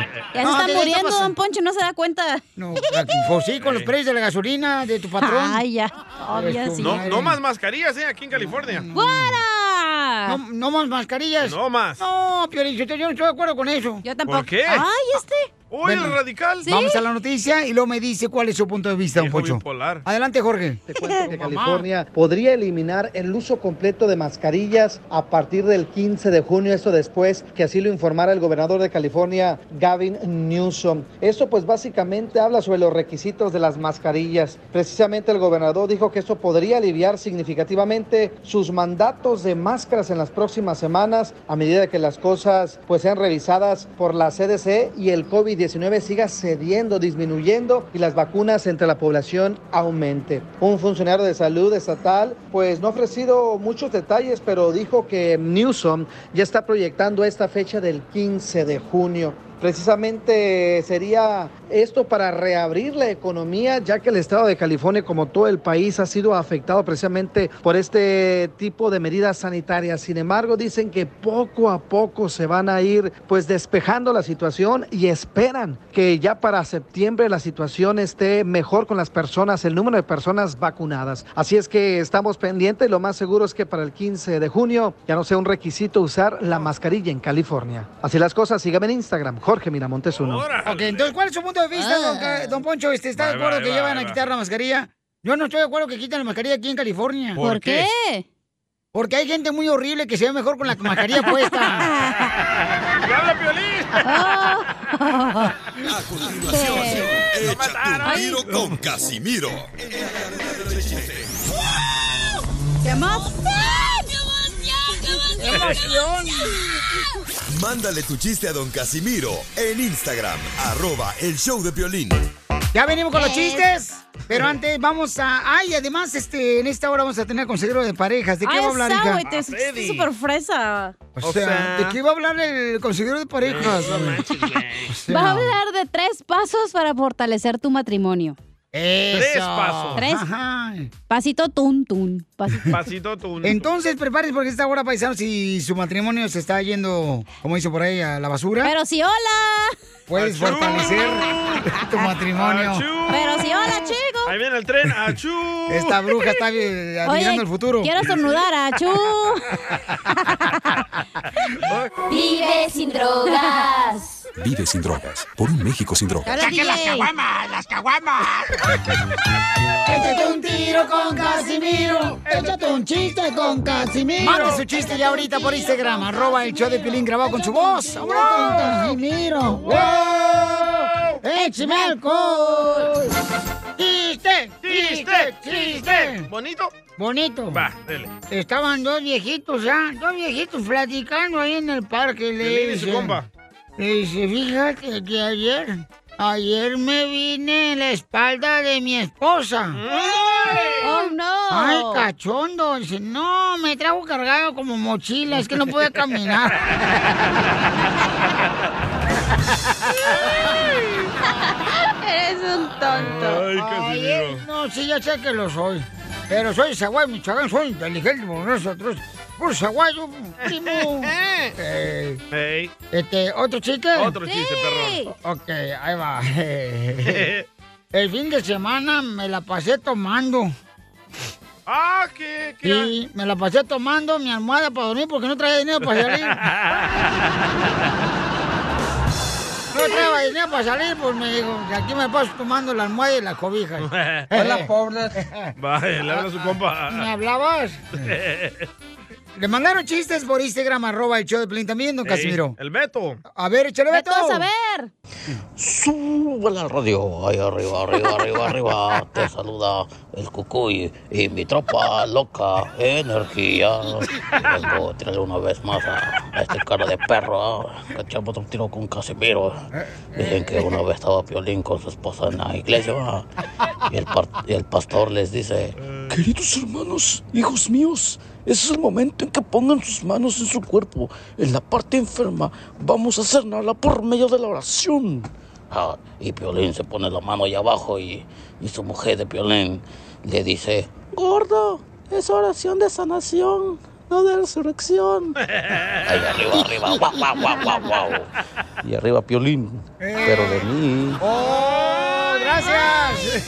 Speaker 1: No,
Speaker 3: está
Speaker 1: ¿qué- qué
Speaker 3: muriendo,
Speaker 1: pasa?
Speaker 3: don Poncho, no se da cuenta.
Speaker 1: No, Pues sí, con los precios de la gasolina de tu patrón.
Speaker 3: Ay, ya.
Speaker 1: Ay, tu
Speaker 2: No,
Speaker 1: madre.
Speaker 2: no más mascarillas, ¿eh? Aquí en California.
Speaker 1: ¡Fuera! No, no más mascarillas.
Speaker 2: No más.
Speaker 1: No, Piolín, Sotelo, yo no estoy de acuerdo con eso.
Speaker 3: Yo
Speaker 2: tampoco. qué?
Speaker 1: Ay,
Speaker 3: este.
Speaker 2: Oye, el radical.
Speaker 1: Vamos a la noticia y luego me dice cuál es su punto de vista, don Pocho.
Speaker 2: bipolar.
Speaker 1: Adelante, Jorge.
Speaker 20: Te cuento que California podría eliminar el uso completo de mascarillas a partir del 15 de junio, esto después que así lo informara el gobernador de California, Gavin Newsom. Esto pues básicamente habla sobre los requisitos de las mascarillas. Precisamente el gobernador dijo que esto podría aliviar significativamente sus mandatos de máscaras en las próximas semanas a medida que las cosas pues sean revisadas por la CDC y el COVID-19 siga cediendo, disminuyendo y las vacunas entre la población aumente. Un funcionario de salud estatal pues no ha ofrecido muchos detalles, pero dijo que Newsom ya está proyectando esta fecha del 15 de junio precisamente sería esto para reabrir la economía, ya que el estado de California, como todo el país, ha sido afectado precisamente por este tipo de medidas sanitarias. Sin embargo, dicen que poco a poco se van a ir pues despejando la situación y esperan que ya para septiembre la situación esté mejor con las personas, el número de personas vacunadas. Así es que estamos pendientes, lo más seguro es que para el 15 de junio ya no sea un requisito usar la mascarilla en California. Así las cosas, síganme en Instagram, Jorge Miramontes uno.
Speaker 1: Ok, entonces, ¿cuál es su punto de vista, don, Ca- don Poncho? Este, ¿Está de
Speaker 20: Ah. Ahí va,
Speaker 1: acuerdo
Speaker 20: ahí
Speaker 1: que
Speaker 20: va,
Speaker 1: llevan
Speaker 20: ahí
Speaker 1: a
Speaker 20: va.
Speaker 1: quitar la mascarilla? Yo no estoy de acuerdo que quiten la mascarilla aquí en California.
Speaker 13: ¿Por ¿Por qué?
Speaker 1: Porque hay gente muy horrible que se ve mejor con la mascarilla puesta.
Speaker 13: habla Piolín!
Speaker 4: A continuación, échate un tiro con Casimiro.
Speaker 3: ¿Qué más?
Speaker 13: ¡Qué emoción!
Speaker 4: Mándale tu chiste a don Casimiro en Instagram, arroba el show de Piolín.
Speaker 1: ya venimos con los chistes. Pero antes vamos a. Ay, además, este, en esta hora vamos a tener consejero de parejas. ¿De qué va a hablar,
Speaker 3: está,
Speaker 1: hija? Ah,
Speaker 3: güey, te escuchaste súper fresa.
Speaker 2: Oh.
Speaker 1: O sea, ¿de qué va a hablar el consejero de parejas? güey? O sea,
Speaker 3: Va a hablar de tres pasos para fortalecer tu matrimonio.
Speaker 1: Tres pasos.
Speaker 3: Tres. Pasito tun tun. Pasito.
Speaker 2: Pasito tú.
Speaker 1: Entonces, prepárense porque esta hora, paisanos, si su matrimonio se está yendo, como dice por ahí, a la basura.
Speaker 3: Pero si hola.
Speaker 1: Puedes fortalecer tu matrimonio.
Speaker 3: Pero si hola, chico.
Speaker 2: Ahí viene el tren. ¡Achú!
Speaker 1: Esta bruja está eh,
Speaker 3: Oye,
Speaker 1: adivinando el futuro.
Speaker 3: quiero estornudar, achú.
Speaker 13: Vive sin drogas.
Speaker 21: Vive sin drogas. Por un México sin drogas.
Speaker 13: ¡Saque las caguamas! ¡Las caguamas!
Speaker 1: Échate un tiro con Casimiro. Échate un chiste con Casimiro. Mande su chiste ya ahorita por Instagram. Arroba el show de Pilín grabado con su voz. ¡Wow! Casimiro. ¡Wow! ¡Échame alcohol! ¡Chiste! ¡Chiste! ¡Chiste!
Speaker 2: ¿Bonito?
Speaker 1: Bonito.
Speaker 2: Va, dele.
Speaker 1: Estaban dos viejitos, ¿ah? Dos viejitos platicando ahí en el parque. Le
Speaker 2: Piolín y su
Speaker 1: dice-
Speaker 2: compa.
Speaker 1: Le dice, fíjate que ayer, ayer me vine en la espalda de mi esposa.
Speaker 3: ¡Oh, no!
Speaker 1: Ay, cachondo. Dice, no, me trajo cargado como mochila, es que no pude caminar.
Speaker 3: Eres un tonto.
Speaker 1: Ay, eh, No, sí, ya sé que lo soy. Pero soy Zaguay, Michoacán, soy inteligente como nosotros. Por Zaguayo, primo. Eh,
Speaker 2: Ey.
Speaker 1: Este, ¿otro chiste?
Speaker 2: Otro chiste, Sí. perrón.
Speaker 1: Ok, ahí va. El fin de semana me la pasé tomando.
Speaker 2: ¡Ah, qué! qué
Speaker 1: Sí, me la pasé tomando mi almohada para dormir porque no pues, traía dinero para salir. No traía dinero para salir, pues me dijo, que aquí me paso tomando la almohada y las cobijas.
Speaker 2: Hola,
Speaker 1: pobres.
Speaker 2: Va, le habla a su
Speaker 1: ¿Me
Speaker 2: compa.
Speaker 1: hablabas? Le mandaron chistes por Instagram, arroba el show de Plin también, don
Speaker 2: Ey,
Speaker 1: Casimiro.
Speaker 2: El Beto.
Speaker 1: A ver, échale Beto.
Speaker 3: Vete a ver.
Speaker 9: Súbele al Mm, radio, ahí arriba, arriba, arriba, arriba. Te saluda el cucuy y mi tropa loca, energía. Y Vengo a tirarle una vez más a, a este cara de perro. ah, que Echamos un tiro con Casimiro. Dicen que una vez estaba Piolín con su esposa en la iglesia. ah, Y el, par- y el pastor les dice,
Speaker 22: Queridos hermanos, hijos míos, ese es el momento en que pongan sus manos en su cuerpo. En la parte enferma vamos a sanarla por medio de la oración.
Speaker 9: Ah, y Piolín se pone la mano ahí abajo y, y su mujer de Piolín le dice,
Speaker 22: Gordo, es oración de sanación, no de resurrección.
Speaker 9: ahí arriba, arriba, guau, guau, guau, guau, guau. Y arriba Piolín, pero de mí.
Speaker 1: ¡Oh, gracias!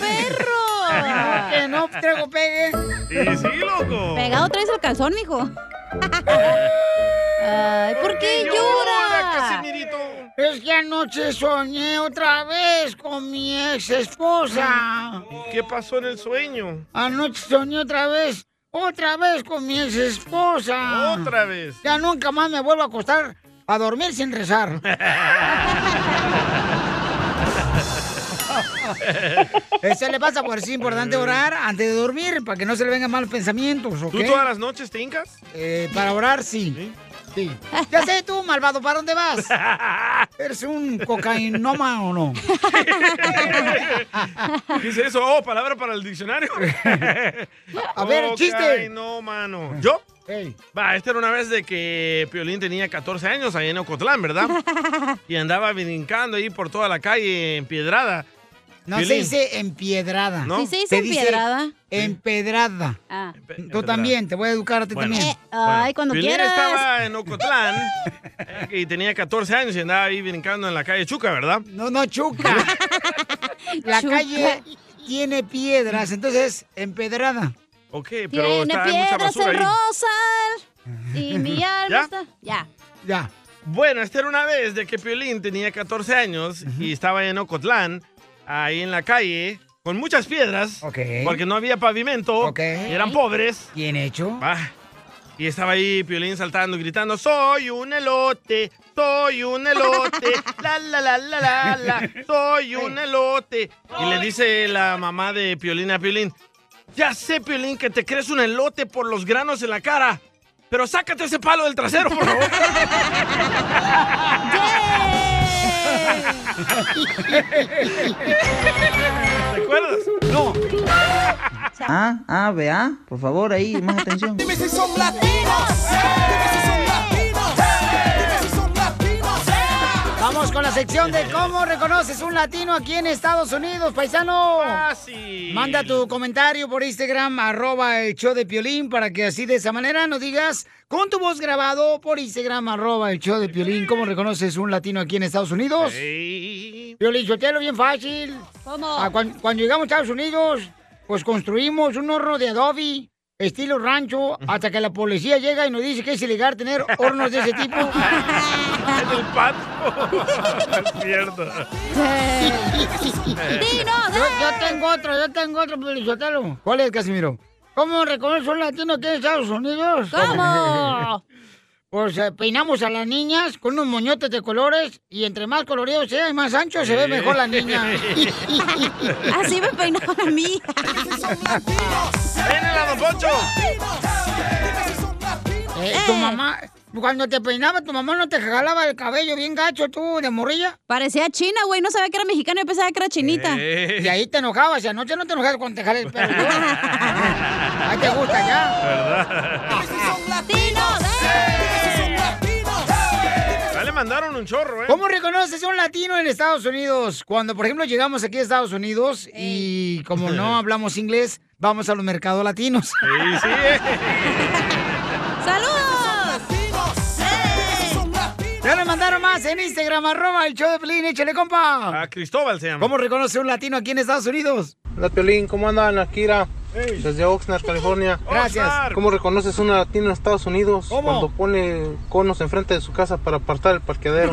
Speaker 1: ¡Perro! que no traigo pegue.
Speaker 2: Sí, sí, loco.
Speaker 3: Pegado traes el calzón, mijo. Ay, ¿por qué llora?
Speaker 2: Casimirito.
Speaker 1: Es que anoche soñé otra vez con mi ex esposa.
Speaker 2: ¿Qué pasó en el sueño?
Speaker 1: Anoche soñé otra vez, otra vez con mi ex esposa.
Speaker 2: Otra vez.
Speaker 1: Ya nunca más me vuelvo a acostar a dormir sin rezar. Eso Este, le pasa por eso es importante orar antes de dormir para que no se le vengan malos pensamientos. ¿ok?
Speaker 2: ¿Tú todas las noches te hincas?
Speaker 1: Eh, para orar, sí. Sí. Ya sé tú, malvado, ¿para dónde vas? ¿Eres un cocainoma o no?
Speaker 2: Dice eso, oh, palabra para el diccionario.
Speaker 1: A ver,
Speaker 2: Oh,
Speaker 1: chiste.
Speaker 2: caray, no, mano. ¿Yo?
Speaker 1: Ey.
Speaker 2: Va, esta era una vez de que Piolín tenía 14 años ahí en Ocotlán, ¿verdad? Y andaba brincando ahí por toda la calle empiedrada.
Speaker 1: No se
Speaker 2: Piolín.
Speaker 1: dice empiedrada.
Speaker 2: ¿No? Sí se dice
Speaker 1: Se dice
Speaker 3: empiedrada.
Speaker 1: Empedrada.
Speaker 3: Ah.
Speaker 1: Tú también, te voy a educar a ti
Speaker 2: Bueno.
Speaker 1: también.
Speaker 2: Eh, ay,
Speaker 3: Ay, cuando
Speaker 2: Piolín
Speaker 3: quieras.
Speaker 2: estaba en Ocotlán eh, y tenía 14 años y andaba ahí brincando en la calle Chuca, ¿verdad?
Speaker 1: No, no, Chuca. La
Speaker 2: Chuca.
Speaker 1: calle tiene piedras, entonces empedrada.
Speaker 2: Ok, pero está, hay mucha basura ahí.
Speaker 3: rosal y mi alma
Speaker 2: ¿Ya?
Speaker 3: está... Ya.
Speaker 1: Ya.
Speaker 2: Bueno, esta era una vez de que Piolín tenía 14 años y estaba en Ocotlán, ahí en la calle, con muchas piedras, porque no había pavimento, y eran pobres. Ah,
Speaker 1: Bien hecho.
Speaker 2: y estaba ahí Piolín saltando, gritando, soy un elote, soy un elote, la la la la la la, soy un elote. Y le dice la mamá de Piolín a Piolín, ya sé Piolín que te crees un elote por los granos en la cara, pero sácate ese palo del trasero, por favor. ¿Te acuerdas? No.
Speaker 5: A, A, B, A, Ah, por favor, ahí, más atención.
Speaker 13: Dime si son latinos. Dime si son latinos.
Speaker 2: ¡Eh!
Speaker 13: Dime si son latinos. eh.
Speaker 1: Vamos con la sección de cómo reconoces un latino aquí en Estados Unidos, paisano. Manda tu comentario por Instagram, arroba el show de Piolín, para que así de esa manera nos digas con tu voz grabado por Instagram, arroba el show de Piolín, cómo reconoces un latino aquí en Estados Unidos. Piolín, yo te lo bien fácil.
Speaker 3: ¿Cómo?
Speaker 1: Ah, cuan- cuando llegamos a Estados Unidos, pues construimos un horno de adobe, estilo rancho, hasta que la policía llega y nos dice que es ilegal tener hornos de ese tipo.
Speaker 2: En el patio. Es cierto.
Speaker 1: yo,
Speaker 3: eh.
Speaker 1: yo tengo otro, yo tengo otro, Pelizotelo. ¿Cuál es, Casimiro? ¿Cómo reconoce un latino aquí en Estados Unidos?
Speaker 3: ¿Cómo?
Speaker 1: Pues eh, peinamos a las niñas con unos moñotes de colores y entre más colorido sea y más ancho se ve mejor la niña. Ah,
Speaker 3: Así me peinaban a mí.
Speaker 2: ¡Venela, don Poncho!
Speaker 1: Eh, tu mamá, cuando te peinaba, tu mamá no te jalaba el cabello bien gacho tú, de morrilla.
Speaker 3: Parecía china, güey. No sabía que era mexicana. Yo pensaba que era chinita.
Speaker 1: Y ahí te enojabas, y anoche no te enojabas cuando te jalé el pelo. Ahí te gusta ya.
Speaker 3: ¡Latinos!
Speaker 2: Ya le mandaron un chorro, ¿eh?
Speaker 1: ¿Cómo reconoces a un latino en Estados Unidos? Cuando, por ejemplo, llegamos aquí a Estados Unidos y como no hablamos inglés, vamos a los mercados latinos.
Speaker 2: Sí, eh. sí.
Speaker 3: ¡Saludos!
Speaker 1: Ya le mandaron más en Instagram, arroba el show de Pelín, échale compa.
Speaker 2: A Cristóbal se llama.
Speaker 1: ¿Cómo reconoce un latino aquí en Estados Unidos?
Speaker 20: Hola Piolín, ¿cómo andan? Akira, desde Oxnard, California.
Speaker 1: Gracias. Oxnard.
Speaker 20: ¿Cómo reconoces una latina en Estados Unidos?
Speaker 1: ¿Cómo?
Speaker 20: Cuando pone conos enfrente de su casa para apartar el parqueadero.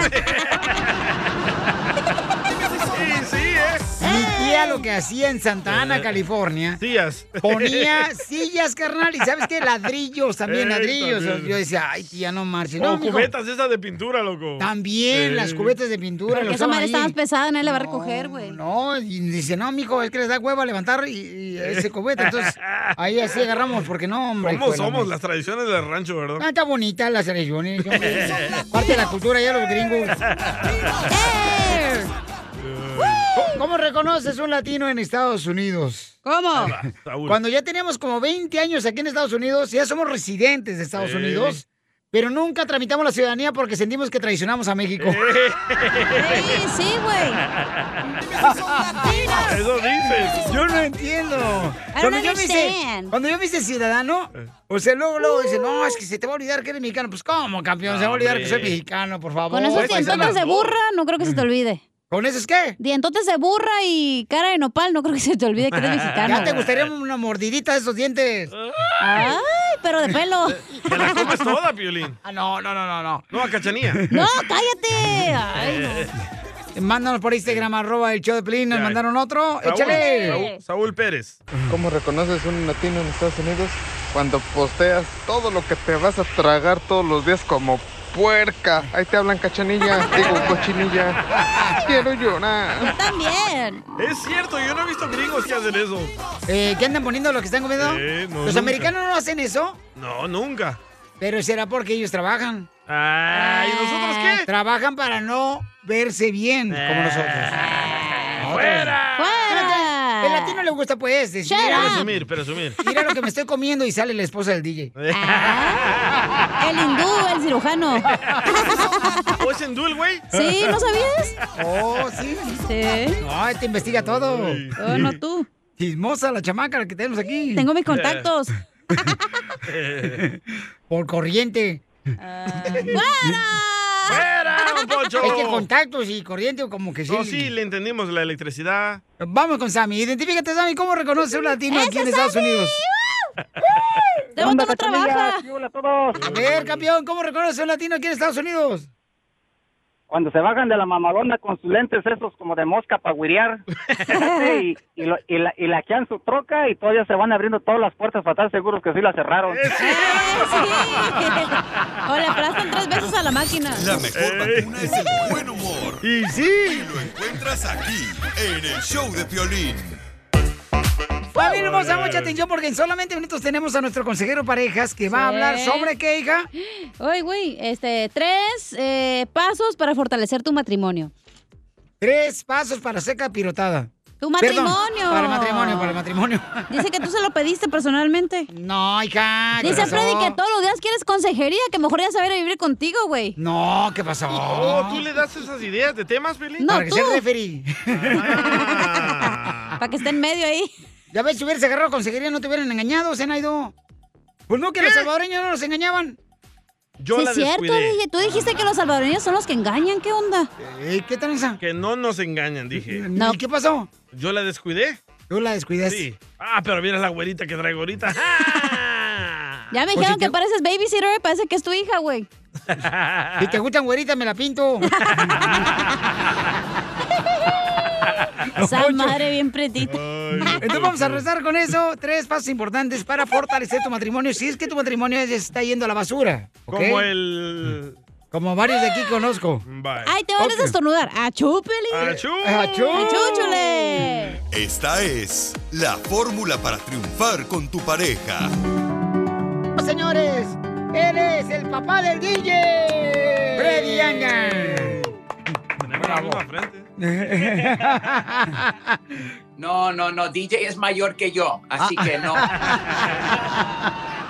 Speaker 2: Sí, sí, ¿eh?
Speaker 1: Mi tía lo que hacía en Santa Ana, California.
Speaker 2: Sillas.
Speaker 1: Ponía sillas, carnal, y ¿sabes qué? Ladrillos también,
Speaker 2: Ey,
Speaker 1: ladrillos.
Speaker 2: también.
Speaker 1: Yo decía, ay, tía, no marches.
Speaker 2: o
Speaker 1: No, mijo.
Speaker 2: cubetas esas de pintura, loco.
Speaker 1: También
Speaker 2: Sí.
Speaker 1: las cubetas de pintura.
Speaker 3: Porque
Speaker 1: lo
Speaker 3: esa
Speaker 1: usaban
Speaker 3: madre
Speaker 1: ahí.
Speaker 3: está más pesada, nadie la va a recoger, güey.
Speaker 1: No, y dice, no, mijo, es que les da hueva levantar y, y ese cubeta. Entonces, ahí así agarramos, porque no, hombre.
Speaker 2: ¿Cómo somos las tradiciones del rancho,
Speaker 1: Ah,
Speaker 2: verdad?
Speaker 1: está bonita las religiones. hombre. Parte de la cultura ya los gringos.
Speaker 3: ¡Eh!
Speaker 1: ¿Cómo- ¿Cómo reconoces un latino en Estados Unidos?
Speaker 3: ¿Cómo?
Speaker 2: Saúl.
Speaker 1: Cuando ya tenemos como 20 años aquí en Estados Unidos, ya somos residentes de Estados
Speaker 2: Sí.
Speaker 1: Unidos, pero nunca tramitamos la ciudadanía porque sentimos que traicionamos a México.
Speaker 3: Sí, sí, güey.
Speaker 2: Eso dices.
Speaker 1: Yo no entiendo.
Speaker 3: I don't
Speaker 1: Cuando yo, me hice,
Speaker 3: understand.
Speaker 1: cuando yo me hice ciudadano, o sea, luego, luego dicen, no, es que se te va a olvidar que eres mexicano. Pues, ¿cómo, campeón? Se va a olvidar que soy
Speaker 3: Hombre.
Speaker 1: mexicano, por favor. Pues,
Speaker 3: Con esos
Speaker 1: Paisana.
Speaker 3: dientotes de burra, no creo que se te olvide.
Speaker 1: Mm. ¿Con esos qué?
Speaker 3: Dientotes de burra y cara de nopal, no creo que se te olvide que eres mexicano. Ah,
Speaker 1: Ya te gustaría una mordidita de esos dientes.
Speaker 3: Ay, pero de pelo.
Speaker 2: Te la comes toda, Piolín.
Speaker 1: Ah, no, no, no, no, no.
Speaker 2: No, a cachanía.
Speaker 3: No, cállate. Ay,
Speaker 1: Mándanos por Instagram, arroba el show de Pelín. Nos
Speaker 2: Ya.
Speaker 1: mandaron otro.
Speaker 2: Saúl,
Speaker 1: Échale.
Speaker 2: Saúl, Saúl Pérez.
Speaker 6: ¿Cómo reconoces un latino en Estados Unidos? Cuando posteas todo lo que te vas a tragar todos los días como puerca. Ahí te hablan cachanilla, digo cochinilla. Quiero llorar.
Speaker 3: También.
Speaker 2: Es cierto, yo no he visto gringos que hacen eso.
Speaker 1: Eh, ¿Qué andan poniendo lo que están comiendo?
Speaker 2: Eh, no,
Speaker 1: Los
Speaker 2: nunca.
Speaker 1: americanos no hacen eso,
Speaker 2: No, nunca.
Speaker 1: pero será porque ellos trabajan.
Speaker 2: Ay, ¿y nosotros
Speaker 1: qué? Trabajan para no verse bien, como nosotros.
Speaker 2: Ah, ¡Fuera!
Speaker 1: ¡Fuera! El latino le gusta, pues, decir,
Speaker 2: Pero
Speaker 1: mira,
Speaker 2: Presumir, presumir.
Speaker 1: mira lo que me estoy comiendo y sale la esposa del DJ.
Speaker 3: Ah, El hindú, el cirujano.
Speaker 2: ¿O es hindú el güey?
Speaker 3: Sí, ¿no sabías?
Speaker 1: Oh, sí.
Speaker 3: Sí.
Speaker 1: Ay, te investiga todo.
Speaker 3: Oh, no tú.
Speaker 1: Chismosa la chamaca la que tenemos aquí.
Speaker 3: Tengo mis contactos.
Speaker 1: Por corriente.
Speaker 2: ¡Fuera! ¡Fuera, Poncho!
Speaker 1: Es que contactos y corriente como que sí.
Speaker 2: No, sí, le entendimos la electricidad.
Speaker 1: Vamos con Sammy. Identifícate, Sammy, ¿cómo reconoce un latino aquí en Estados Unidos?
Speaker 3: ¡Te no trabaja!
Speaker 1: Hola a todos. A ver, campeón, ¿cómo reconoce un latino aquí en Estados Unidos?
Speaker 7: Cuando se bajan de la mamalona con sus lentes esos como de mosca para guirear y, y, lo- y la, y laquean su troca y todavía se van abriendo todas las puertas para estar seguros que sí la cerraron.
Speaker 14: Eh,
Speaker 3: O le aplastan tres veces a la máquina.
Speaker 4: La mejor vacuna es el buen humor.
Speaker 1: Y sí.
Speaker 4: lo encuentras aquí, en el show de Piolín.
Speaker 1: Familia hermosa, mucha atención porque en solamente minutos tenemos a nuestro consejero parejas que va a
Speaker 3: Sí.
Speaker 1: hablar sobre qué, hija.
Speaker 3: Oye, güey, este, tres eh, pasos para fortalecer tu matrimonio.
Speaker 1: Tres pasos para hacer capirotada.
Speaker 3: ¡Tu
Speaker 1: Perdón,
Speaker 3: matrimonio!
Speaker 1: para el matrimonio, para el matrimonio.
Speaker 3: Dice que tú se lo pediste personalmente.
Speaker 1: No, hija. ¿qué
Speaker 3: Dice
Speaker 1: pasó?
Speaker 3: Freddy que todos los días quieres consejería, que mejor ya saber vivir contigo, güey.
Speaker 1: No, ¿qué pasó?
Speaker 2: Oh, ¿tú le das esas ideas de temas, Piolín?
Speaker 3: No,
Speaker 1: para que
Speaker 3: tú.
Speaker 1: sea el referee.
Speaker 2: Ah.
Speaker 3: Para que esté en medio ahí.
Speaker 1: Ya ves, si hubieras agarrado consejería, no te hubieran engañado, Zenaido. Pues no, que los salvadoreños no los engañaban.
Speaker 2: Ah. Yo
Speaker 3: Sí,
Speaker 2: la
Speaker 3: es cierto,
Speaker 2: descuidé.
Speaker 3: dije. Tú dijiste que los salvadoreños son los que engañan, ¿qué onda?
Speaker 1: ¿Qué tranza?
Speaker 2: Que no nos engañan, dije.
Speaker 1: No. qué pasó?
Speaker 2: ¿Yo la descuidé?
Speaker 1: ¿Tú la descuidaste? Ah,
Speaker 2: Sí. Ah, pero mira la güerita que traigo ahorita.
Speaker 3: Ya me dijeron que pareces babysitter, eh, parece que es tu hija, güey.
Speaker 1: Si te gustan güeritas, me la pinto.
Speaker 3: Esa madre bien pretita.
Speaker 1: Entonces vamos a rezar con eso. Tres pasos importantes para fortalecer tu matrimonio. Si es que tu matrimonio ya se está yendo a la basura. ¿ok?
Speaker 2: Como el...
Speaker 1: Como varios de aquí conozco.
Speaker 2: Bye.
Speaker 3: Ay, te van
Speaker 1: Ok.
Speaker 3: a estornudar. Ah, ¡Achúpele!
Speaker 2: ¡Achú!
Speaker 1: ¡Achú!
Speaker 3: ¡Achúchule!
Speaker 4: Esta es la fórmula para triunfar con tu pareja.
Speaker 1: Señores, él es el papá del DJ. Freddy Anga.
Speaker 2: Tenemos la misma frente.
Speaker 23: No, no, no, DJ es mayor que yo, así
Speaker 2: Ah.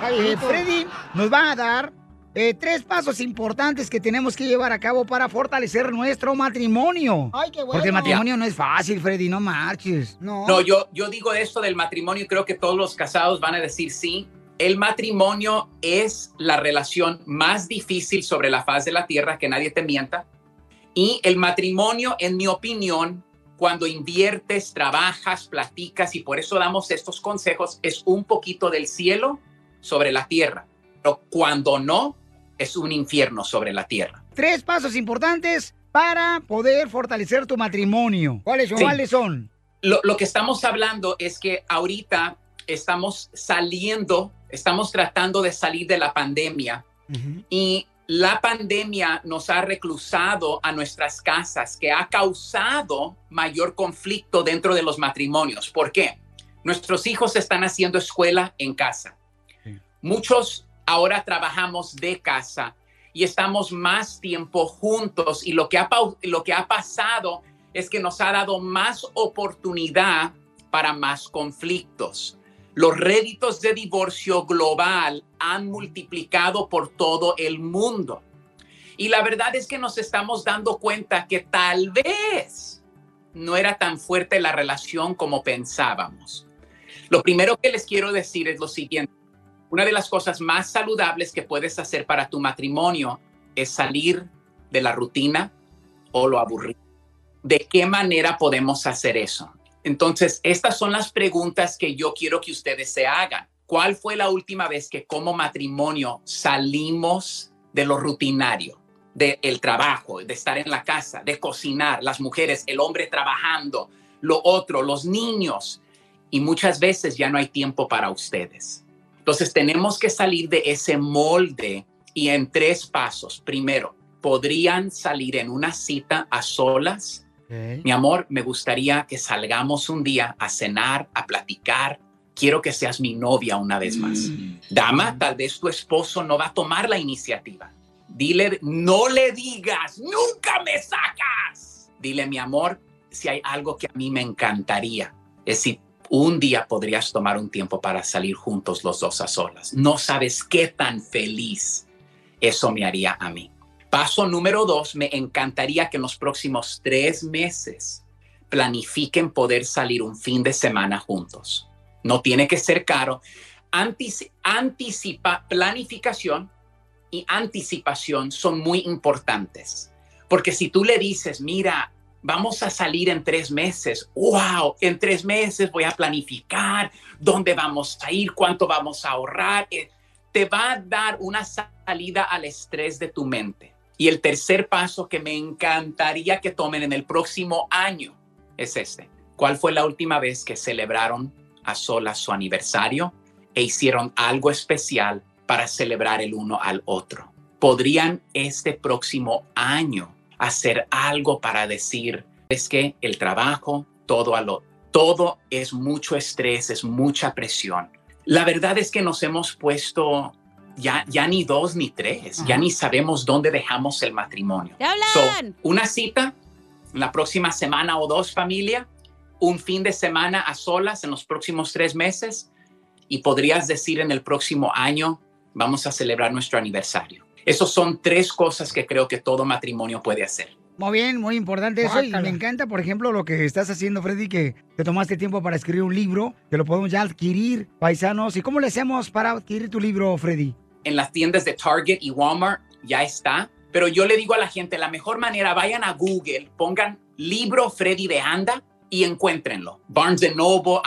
Speaker 23: que no.
Speaker 1: Ay, eh, Freddy nos va a dar eh, tres pasos importantes que tenemos que llevar a cabo para fortalecer nuestro matrimonio.
Speaker 23: Ay, qué bueno.
Speaker 1: Porque el matrimonio no es fácil, Freddy, no marches.
Speaker 23: No, yo, yo digo esto del matrimonio y creo que todos los casados van a decir sí. El matrimonio es la relación más difícil sobre la faz de la tierra, que nadie te mienta. Y el matrimonio, en mi opinión, cuando inviertes, trabajas, platicas, y por eso damos estos consejos, es un poquito del cielo sobre la tierra. Pero cuando no, es un infierno sobre la tierra.
Speaker 1: Tres pasos importantes para poder fortalecer tu matrimonio. ¿Cuáles son?
Speaker 23: Sí.
Speaker 1: ¿Cuáles son?
Speaker 23: Lo, lo que estamos hablando es que ahorita estamos saliendo, estamos tratando de salir de la pandemia y la pandemia nos ha reclusado a nuestras casas, que ha causado mayor conflicto dentro de los matrimonios. ¿Por qué? Nuestros hijos están haciendo escuela en casa. Muchos ahora trabajamos de casa y estamos más tiempo juntos y lo que ha, pau- lo que ha pasado es que nos ha dado más oportunidad para más conflictos. Los réditos de divorcio global han multiplicado por todo el mundo. Y la verdad es que nos estamos dando cuenta que tal vez no era tan fuerte la relación como pensábamos. Lo primero que les quiero decir es lo siguiente. Una de las cosas más saludables que puedes hacer para tu matrimonio es salir de la rutina o lo aburrido. ¿De qué manera podemos hacer eso? Entonces, estas son las preguntas que yo quiero que ustedes se hagan. ¿Cuál fue la última vez que como matrimonio salimos de lo rutinario, del trabajo, de estar en la casa, de cocinar, las mujeres, el hombre trabajando, lo otro, los niños? Y muchas veces ya no hay tiempo para ustedes. Entonces tenemos que salir de ese molde y en tres pasos. Primero, podrían salir en una cita a solas. Mi amor, me gustaría que salgamos un día a cenar, a platicar. Quiero que seas mi novia una vez más. Dama, tal vez tu esposo no va a tomar la iniciativa. Dile, no le digas, nunca me sacas. Dile, mi amor, si hay algo que a mí me encantaría, es si un día podrías tomar un tiempo para salir juntos los dos a solas. No sabes qué tan feliz eso me haría a mí. Paso número dos, me encantaría que en los próximos tres meses planifiquen poder salir un fin de semana juntos. No tiene que ser caro. Antici- anticipa planificación y anticipación son muy importantes. Porque si tú le dices, mira, vamos a salir en tres meses, wow, en tres meses voy a planificar dónde vamos a ir, cuánto vamos a ahorrar, eh, te va a dar una salida al estrés de tu mente. Y el tercer paso que me encantaría que tomen en el próximo año es este. ¿Cuál fue la última vez que celebraron a solas su aniversario e hicieron algo especial para celebrar el uno al otro? ¿Podrían este próximo año hacer algo para decir, es que el trabajo, todo a lo, todo es mucho estrés, es mucha presión? La verdad es que nos hemos puesto ya, ya ni dos ni tres, ya ni sabemos dónde dejamos el matrimonio.
Speaker 3: ¡Te hablan!
Speaker 23: So, una cita la próxima semana o dos, familia, un fin de semana a solas en los próximos tres meses y podrías decir en el próximo año vamos a celebrar nuestro aniversario. Esas son tres cosas que creo que todo matrimonio puede hacer.
Speaker 1: Muy bien, muy importante eso. Y me encanta, por ejemplo, lo que estás haciendo, Freddy, que te tomaste tiempo para escribir un libro, que lo podemos ya adquirir, paisanos. ¿Y cómo le hacemos para adquirir tu libro, Freddy?
Speaker 23: En las tiendas de Target y Walmart ya está, pero yo le digo a la gente, la mejor manera, vayan a Google, pongan libro Freddy de Anda y encuéntrenlo. Barnes Noble,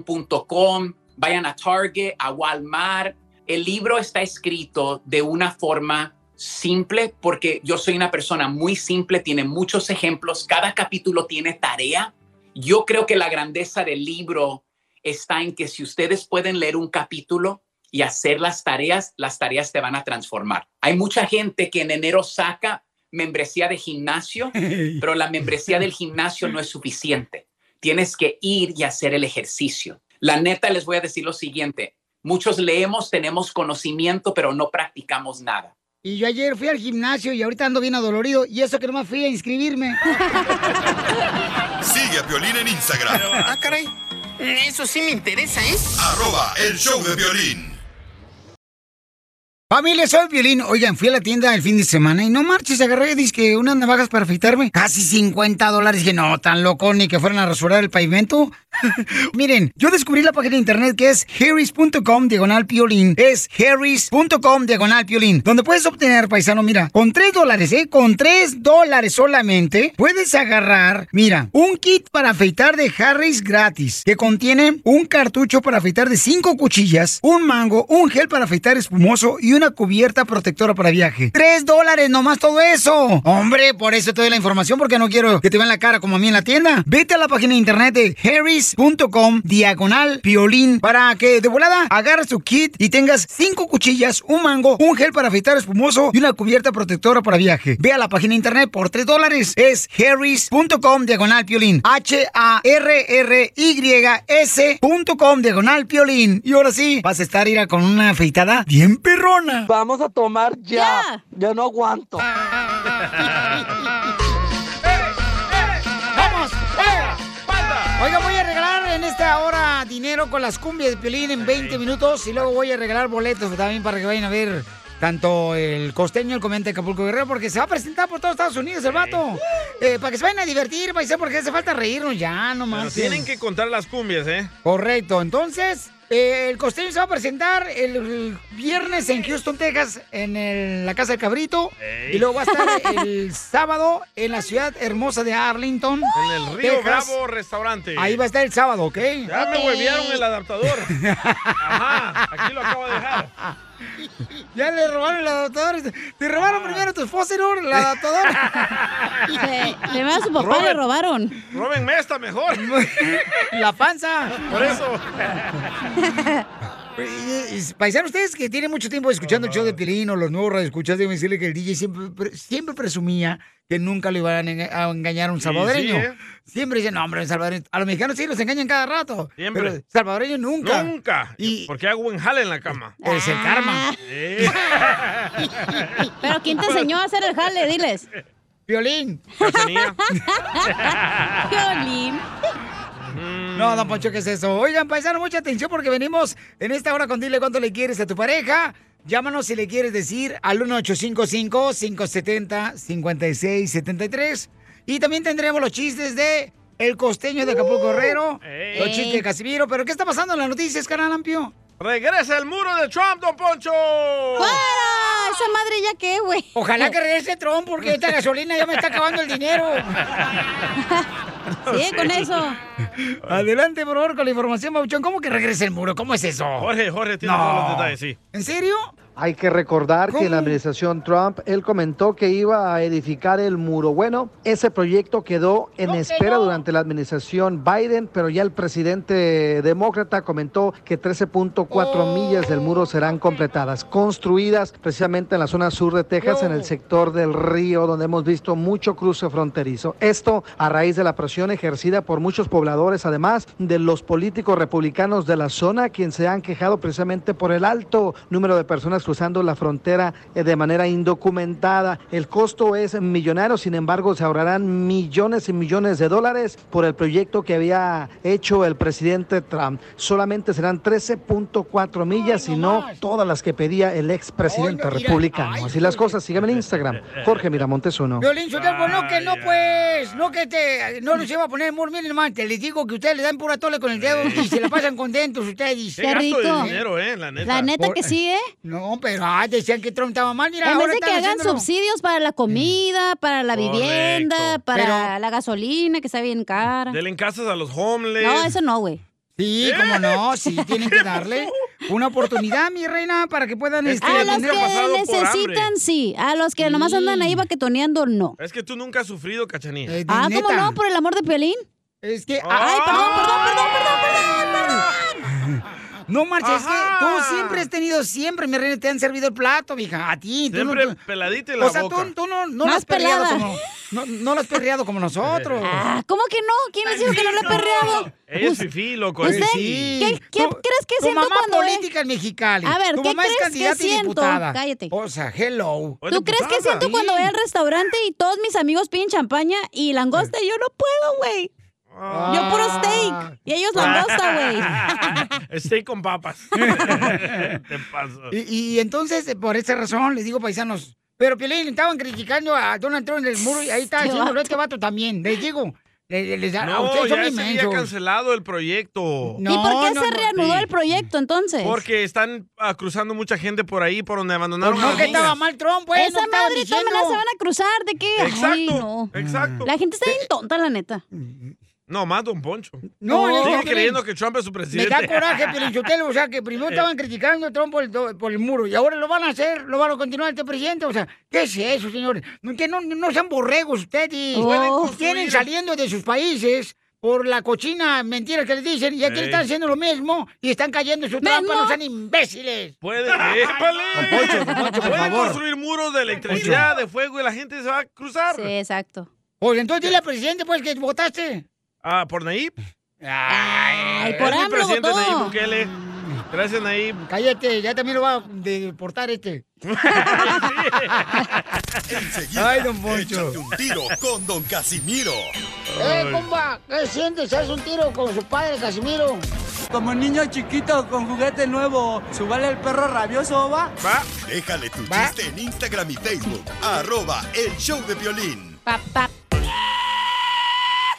Speaker 23: Amazon.com, vayan a Target, a Walmart. El libro está escrito de una forma simple porque yo soy una persona muy simple, tiene muchos ejemplos, cada capítulo tiene tarea. Yo creo que la grandeza del libro está en que si ustedes pueden leer un capítulo y hacer las tareas, las tareas te van a transformar. Hay mucha gente que en enero saca membresía de gimnasio, pero la membresía del gimnasio no es suficiente. Tienes que ir y hacer el ejercicio. La neta les voy a decir lo siguiente, muchos leemos, tenemos conocimiento, pero no practicamos nada.
Speaker 1: Y yo ayer fui al gimnasio y ahorita ando bien adolorido. Y eso que nomás fui a inscribirme.
Speaker 4: Sigue a Piolín en Instagram.
Speaker 8: Ah, caray. Eso sí me interesa, ¿eh?
Speaker 4: Arroba el show de violín.
Speaker 1: Familia, soy Violín. Oigan, fui a la tienda el fin de semana y no marches, agarré dizque unas navajas para afeitarme. Casi 50 dólares. Dije, no, tan loco, ni que fueran a rasurar el pavimento. Miren, yo descubrí la página de internet que es harris.com diagonal piolín. Es harris.com diagonal piolín. Donde puedes obtener, paisano, mira, con 3 dólares, ¿eh? Con 3 dólares solamente puedes agarrar, mira, un kit para afeitar de Harris gratis. Que contiene un cartucho para afeitar de 5 cuchillas, un mango, un gel para afeitar espumoso y una cubierta protectora para viaje. ¡Tres dólares nomás todo eso! Hombre, por eso te doy la información porque no quiero que te vean la cara como a mí en la tienda. Vete a la página de internet de harris.com diagonal piolín para que de volada agarres tu kit y tengas cinco cuchillas, un mango, un gel para afeitar espumoso y una cubierta protectora para viaje. Ve a la página de internet por tres dólares. Es harris.com diagonal piolín. H-A-R-R-Y-S.com diagonal piolín. Y ahora sí, vas a estar ira con una afeitada bien perro.
Speaker 10: Vamos a tomar ya. Yo no aguanto.
Speaker 1: ¡Vamos! ¡Fuera! ¡Panda! Oiga, voy a regalar en esta hora dinero con las cumbias de Piolín en 20 minutos y luego voy a regalar boletos también para que vayan a ver tanto el costeño, el comediante de Acapulco Guerrero, porque se va a presentar por todos Estados Unidos el vato. Eh, para que se vayan a divertir, paisano, porque hace falta reírnos ya, no
Speaker 2: Pero
Speaker 1: más.
Speaker 2: tienen que contar las cumbias, ¿eh?
Speaker 1: Correcto, entonces Eh, el costeño se va a presentar el viernes en Houston, Texas, en el- la Casa del Cabrito.
Speaker 2: Ey.
Speaker 1: Y luego va a estar el sábado en la ciudad hermosa de Arlington.
Speaker 2: En el Río
Speaker 1: Texas.
Speaker 2: Bravo Restaurante.
Speaker 1: Ahí va a estar el sábado, ¿ok?
Speaker 2: Ya me huevearon el adaptador.
Speaker 1: Ya le robaron el adaptador. Te robaron primero tu esposa y luego el adaptador.
Speaker 3: primero su papá le robaron.
Speaker 2: Róbenme esta mejor.
Speaker 1: La panza.
Speaker 2: Por eso.
Speaker 1: Y- y- Paisano, ustedes que tienen mucho tiempo escuchando el show de Pilín o los nuevos radioescuchas, deben decirle que el DJ siempre, pre- siempre presumía que nunca le iban a enga- a engañar a un
Speaker 13: Sí,
Speaker 1: salvadoreño.
Speaker 13: sí, ¿eh?
Speaker 1: Siempre dicen, no, hombre, un salvadoreño. A los mexicanos sí los engañan cada rato.
Speaker 2: Siempre.
Speaker 1: Pero salvadoreño nunca.
Speaker 2: Nunca. Porque hago buen jale en la cama.
Speaker 1: Es el karma.
Speaker 2: Eh.
Speaker 3: Pero ¿quién te enseñó a hacer el jale? Diles.
Speaker 1: Violín.
Speaker 3: Violín.
Speaker 1: No, don Poncho, ¿qué es eso? Oigan, paisano, mucha atención porque venimos en esta hora con Dile cuánto le quieres a tu pareja. Llámanos si le quieres decir al 1855-570-5673. Y también tendremos los chistes de El Costeño de Acapulco Guerrero,
Speaker 2: Ey.
Speaker 1: los chistes de Casimiro. Pero ¿qué está pasando en las noticias, canal Ampio?
Speaker 2: Regresa el muro de Trump, don Poncho.
Speaker 3: ¡Fuera! Esa madre ya qué, güey.
Speaker 1: Ojalá que regrese Trump porque esta gasolina ya me está acabando el dinero.
Speaker 3: Sigue con eso.
Speaker 1: Adelante, por favor, con la información, Babuchón. ¿Cómo que regrese el muro? ¿Cómo es eso?
Speaker 2: Jorge, Jorge tiene
Speaker 1: No.
Speaker 2: todos los detalles, sí.
Speaker 1: ¿En serio?
Speaker 20: Hay que recordar que en la administración Trump, él comentó que iba a edificar el muro. Bueno, ese proyecto quedó en espera durante la administración Biden, pero ya el presidente demócrata comentó que 13.4 millas del muro serán completadas, construidas precisamente en la zona sur de Texas, en el sector del río, donde hemos visto mucho cruce fronterizo. Esto a raíz de la presión ejercida por muchos pobladores, además de los políticos republicanos de la zona, quienes se han quejado precisamente por el alto número de personas cruzando la frontera eh, de manera indocumentada. El costo es millonario, sin embargo, se ahorrarán millones y millones de dólares por el proyecto que había hecho el presidente Trump. Solamente serán 13.4 millas y no todas las que pedía el expresidente republicano. Así las cosas, síganme en Instagram, Jorge Miramontes uno.
Speaker 1: Violín Sotelo, no que no, pues, no que te, no nos iba a poner mur, miren más, te les digo que ustedes le dan pura tole con el dedo y se la pasan contentos ustedes.
Speaker 2: Qué gasto de dinero, eh, la neta.
Speaker 1: Por-
Speaker 3: ¿eh?
Speaker 1: No, pero ah, decían que Trump estaba mal, mira,
Speaker 3: en vez
Speaker 1: ahora
Speaker 3: de que
Speaker 1: están
Speaker 3: hagan
Speaker 1: haciéndolo.
Speaker 3: subsidios para la comida, para la
Speaker 2: Correcto.
Speaker 3: vivienda, para
Speaker 2: Pero-
Speaker 3: la gasolina, que está bien cara.
Speaker 2: Denle en casas a los homeless.
Speaker 3: No, eso no, güey.
Speaker 1: Sí, cómo no, sí, tienen que darle una oportunidad, mi reina, para que puedan... este,
Speaker 3: A los
Speaker 1: atender-
Speaker 3: que
Speaker 2: pasado por
Speaker 3: necesitan,
Speaker 2: hambre.
Speaker 3: sí. A los que nomás
Speaker 2: Sí.
Speaker 3: andan ahí baquetoneando, no.
Speaker 2: Es que tú nunca has sufrido, cachanilla.
Speaker 1: Eh,
Speaker 3: ah, ¿cómo no? Por el amor de Piolín. Ah,
Speaker 1: Es que...
Speaker 3: Ay, perdón, perdón, perdón, perdón, perdón, perdón.
Speaker 1: No marches, es que tú siempre has tenido, siempre, mi reina, te han servido el plato, mija, a ti. tú no-
Speaker 2: Siempre
Speaker 1: tú-
Speaker 2: peladita en
Speaker 1: O
Speaker 2: la
Speaker 1: sea,
Speaker 2: boca.
Speaker 1: tú, tú no, no
Speaker 3: Más
Speaker 1: lo has perreado
Speaker 3: pelada.
Speaker 1: como... No, no lo has perreado como nosotros.
Speaker 3: Ah, ¿Cómo que no? ¿Quién les dijo que no le he perreado?
Speaker 2: Ella es fifí, loco.
Speaker 3: ¿Usted
Speaker 2: es
Speaker 3: qué, qué crees que
Speaker 1: tu
Speaker 3: siento
Speaker 1: mamá
Speaker 3: cuando ve?
Speaker 1: política en Mexicali.
Speaker 3: A ver,
Speaker 1: tu
Speaker 3: ¿qué
Speaker 1: mamá
Speaker 3: crees
Speaker 1: es
Speaker 3: que
Speaker 1: candidata y
Speaker 3: siento?
Speaker 1: diputada.
Speaker 3: Cállate.
Speaker 1: O sea, hello.
Speaker 3: ¿Tú crees que siento cuando voy al restaurante y todos mis amigos piden champaña y langosta?
Speaker 1: Eh.
Speaker 3: Yo no puedo, güey. Yo puro steak y ellos langosta, güey.
Speaker 2: güey. Ah. Steak con papas. Te paso.
Speaker 1: Y, y entonces, eh, por esa razón, les digo, paisanos. Pero Piolín, estaban criticando a Donald Trump en el muro y ahí está
Speaker 2: Este
Speaker 1: haciendo
Speaker 2: vato.
Speaker 1: este vato también. Les digo, le- le- les, a
Speaker 2: No,
Speaker 1: ustedes son
Speaker 2: ah, ya se había
Speaker 1: inmensos.
Speaker 2: cancelado el proyecto.
Speaker 3: ¿Y por qué se reanudó
Speaker 2: Sí.
Speaker 3: el proyecto entonces?
Speaker 2: Porque están ah, cruzando mucha gente por ahí, por donde abandonaron a
Speaker 3: no
Speaker 2: las
Speaker 3: que
Speaker 2: niñas.
Speaker 3: estaba
Speaker 1: mal Trump, pues,
Speaker 3: Esa
Speaker 1: no estaban
Speaker 3: madre todas
Speaker 1: diciendo.
Speaker 3: se van a cruzar, ¿de qué? Ay,
Speaker 2: Exacto,
Speaker 3: no.
Speaker 2: exacto.
Speaker 3: La gente está bien tonta, la neta.
Speaker 2: No, más Don Poncho.
Speaker 1: No, es
Speaker 2: Sigue
Speaker 1: que-
Speaker 2: creyendo que Trump es su
Speaker 1: Me
Speaker 2: presidente.
Speaker 1: da coraje, Pilinchotelo. O sea, que primero estaban criticando a Trump por el, do- por el muro y ahora lo van a hacer, lo van a continuar este presidente. O sea, ¿qué es eso, señores? No, que no, no sean borregos ustedes.
Speaker 13: Pueden
Speaker 1: Vienen
Speaker 13: construir.
Speaker 1: saliendo de sus países por la cochina mentira que les dicen y aquí
Speaker 2: Ey.
Speaker 1: están haciendo lo mismo y están cayendo en su trampa. No sean imbéciles.
Speaker 2: Puede, ¡Épale!
Speaker 1: por
Speaker 2: Pueden
Speaker 1: favor.
Speaker 2: construir muros de electricidad, de fuego y la gente se va a cruzar.
Speaker 3: Sí, exacto.
Speaker 1: Pues entonces dile al presidente pues que votaste.
Speaker 2: Ah, por Nayib.
Speaker 1: Ay,
Speaker 2: Eh, es
Speaker 1: por
Speaker 2: mi
Speaker 1: AMLO
Speaker 2: presidente
Speaker 1: votó.
Speaker 2: Nayib Bukele. Gracias, Nayib.
Speaker 1: Cállate, ya también lo va a deportar este.
Speaker 4: Enseguida,
Speaker 1: Ay, don Poncho.
Speaker 4: échate un tiro con don Casimiro.
Speaker 1: ¡Eh, compa! ¿Qué sientes? ¿Haz un tiro con su padre, Casimiro?
Speaker 11: Como niño chiquito con juguete nuevo, subale el perro rabioso, va.
Speaker 4: Va. Déjale tu chiste en Instagram y Facebook. Arroba el show de violín.
Speaker 3: Pa, pa.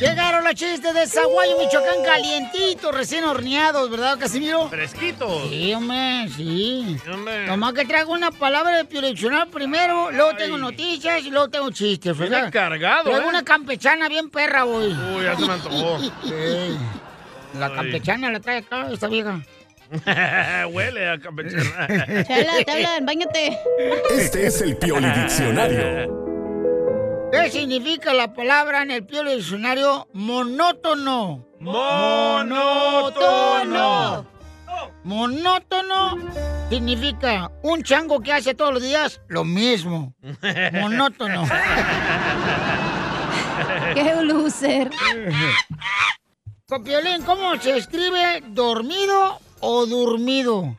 Speaker 1: Llegaron los chistes de Zaguayo, Michoacán, calientitos, recién horneados, ¿verdad, Casimiro?
Speaker 2: Fresquitos.
Speaker 1: Sí, hombre, sí. Nomás que traigo una palabra de pileccionar primero, luego tengo noticias y luego tengo chistes,
Speaker 2: Viene
Speaker 1: ¿verdad?
Speaker 2: cargado,
Speaker 1: Traigo
Speaker 2: ¿eh?
Speaker 1: una campechana bien perra hoy.
Speaker 2: Uy, ya se me antojó.
Speaker 1: Sí. La campechana la trae acá, esta vieja.
Speaker 2: Huele a campechana.
Speaker 3: Chela, te hablan, bañate.
Speaker 21: Este es el Pioli Diccionario.
Speaker 1: ¿Qué significa la palabra en el piolo diccionario monótono?
Speaker 13: Monótono.
Speaker 1: Monótono significa un chango que hace todos los días lo mismo. Monótono.
Speaker 13: ¡Qué
Speaker 2: Eh,
Speaker 1: loser. Copiolín, ¿cómo se escribe dormido o durmido?
Speaker 17: Oh,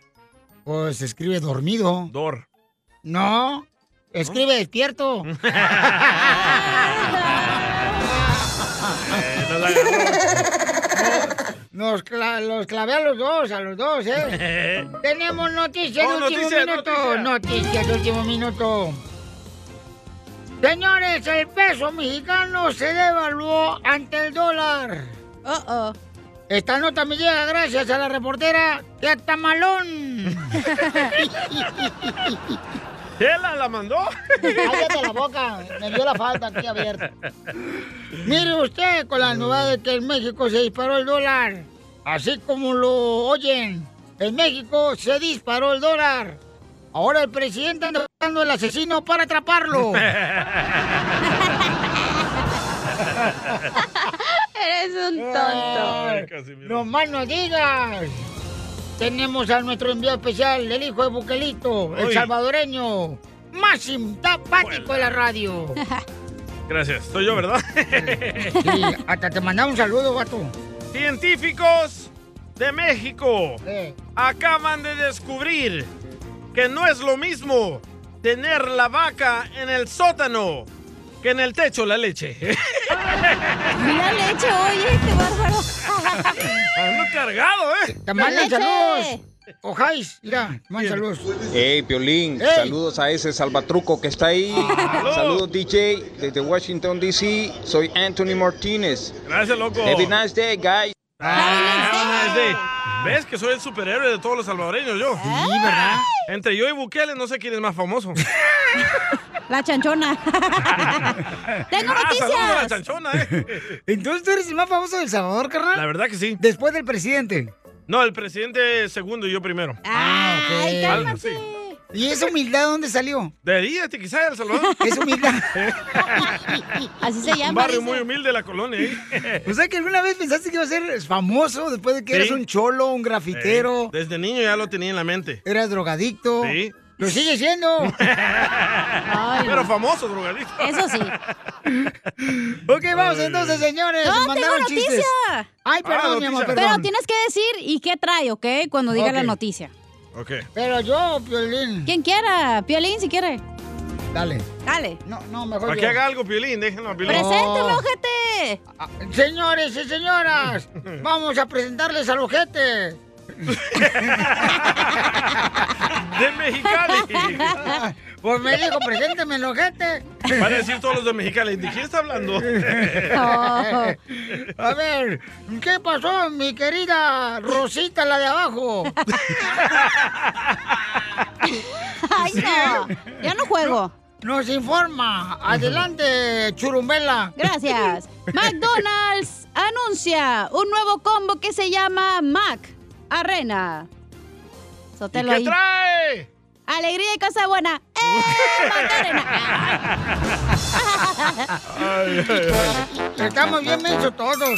Speaker 1: Pues se escribe dormido.
Speaker 2: Dor.
Speaker 1: No, escribe despierto. Nos cla- los clavé a los dos, a los dos, ¿eh? Tenemos noticias de
Speaker 13: Oh,
Speaker 1: último
Speaker 13: noticia,
Speaker 1: minuto.
Speaker 13: noticia.
Speaker 1: Noticias de último minuto. Señores, el peso mexicano se devaluó ante el dólar. Esta nota me llega gracias a la reportera de Atamalón.
Speaker 2: ¿Tela la mandó?
Speaker 1: Cállate la boca, me dio la falta aquí abierta. Mire usted con la novedad de que en México se disparó el dólar. Así como lo oyen, en México se disparó el dólar. Ahora el presidente anda buscando el asesino para atraparlo.
Speaker 13: Eres un
Speaker 1: Ay, No más no digas. Tenemos a nuestro enviado especial, el hijo de Buquelito, el
Speaker 2: Ay.
Speaker 1: salvadoreño, más simpático de la radio.
Speaker 2: Gracias. Soy yo, ¿verdad?
Speaker 1: Sí, hasta te mandaba un saludo, vato.
Speaker 2: Científicos de México
Speaker 1: Eh.
Speaker 2: acaban de descubrir que no es lo mismo tener la vaca en el sótano que en el techo la leche.
Speaker 3: Mira leche, oye, qué bárbaro.
Speaker 2: Ando cargado, ¿eh?
Speaker 1: Te mandan saludos. Ojáis, mira, mandan saludos.
Speaker 12: Hey, Piolín,
Speaker 1: Ey.
Speaker 12: saludos a ese salvatruco que está ahí. Saludos, DJ, desde Washington, D.C. Soy Anthony Martínez.
Speaker 2: Gracias, loco.
Speaker 12: Have a nice day, guys.
Speaker 2: Ah, nice day. ¿Ves que soy el superhéroe de todos los salvadoreños yo? Sí,
Speaker 1: ¿verdad?
Speaker 2: Entre yo y Bukele no sé quién es más famoso.
Speaker 3: La chanchona. Tengo
Speaker 2: Ah, saludos a la
Speaker 3: noticias.
Speaker 2: chanchona, eh.
Speaker 1: Entonces tú eres el más famoso del Salvador, carnal.
Speaker 2: La verdad que sí.
Speaker 1: Después del presidente.
Speaker 2: No, el presidente segundo y yo primero.
Speaker 1: Ah, ok.
Speaker 2: Algo así.
Speaker 1: ¿Y esa humildad dónde salió?
Speaker 2: De ahí, este quizás El Salvador.
Speaker 1: Es humildad.
Speaker 3: Así se
Speaker 2: Un barrio muy humilde de la colonia. ¿eh?
Speaker 1: O sea que alguna vez pensaste que iba a ser famoso después de que
Speaker 2: Sí.
Speaker 1: eras un cholo, un grafitero,
Speaker 2: Eh, desde niño ya lo tenía en la mente.
Speaker 1: eras drogadicto.
Speaker 2: Sí.
Speaker 1: Lo sigue siendo.
Speaker 2: Pero famoso, drogadicto.
Speaker 3: Eso sí.
Speaker 1: ok, vamos entonces, señores.
Speaker 3: No, tengo
Speaker 1: Mandaron
Speaker 3: noticia.
Speaker 1: chistes. Ay,
Speaker 13: Ah,
Speaker 1: perdón, mi amor, perdón.
Speaker 3: Pero tienes que decir y qué trae, ¿ok? Cuando diga
Speaker 1: Ok.
Speaker 3: la noticia.
Speaker 2: Ok.
Speaker 1: Pero yo, Piolín.
Speaker 3: Quien quiera, Piolín si quiere.
Speaker 1: Dale.
Speaker 3: Dale.
Speaker 1: No, no, mejor.
Speaker 2: Para que haga algo, Piolín, déjenlo a Piolín.
Speaker 1: Preséntalo, Ah, Señores y señoras, vamos a presentarles al ojete.
Speaker 2: De Mexicali.
Speaker 1: Pues me dijo, presénteme el ojete.
Speaker 2: Van a decir todos los de Mexicali, ¿de quién está hablando?
Speaker 1: A ver, ¿qué pasó, mi querida Rosita, la de abajo?
Speaker 3: Ay, no. Ya no juego.
Speaker 1: Nos informa. Adelante, Churumbela.
Speaker 3: Gracias. McDonald's anuncia un nuevo combo que se llama Mac Arena. Sotelo
Speaker 13: ¿Y qué
Speaker 3: ahí.
Speaker 2: trae?
Speaker 3: Alegría y cosa buena. ¡Eh, Macarena!
Speaker 1: Estamos bien mensos todos.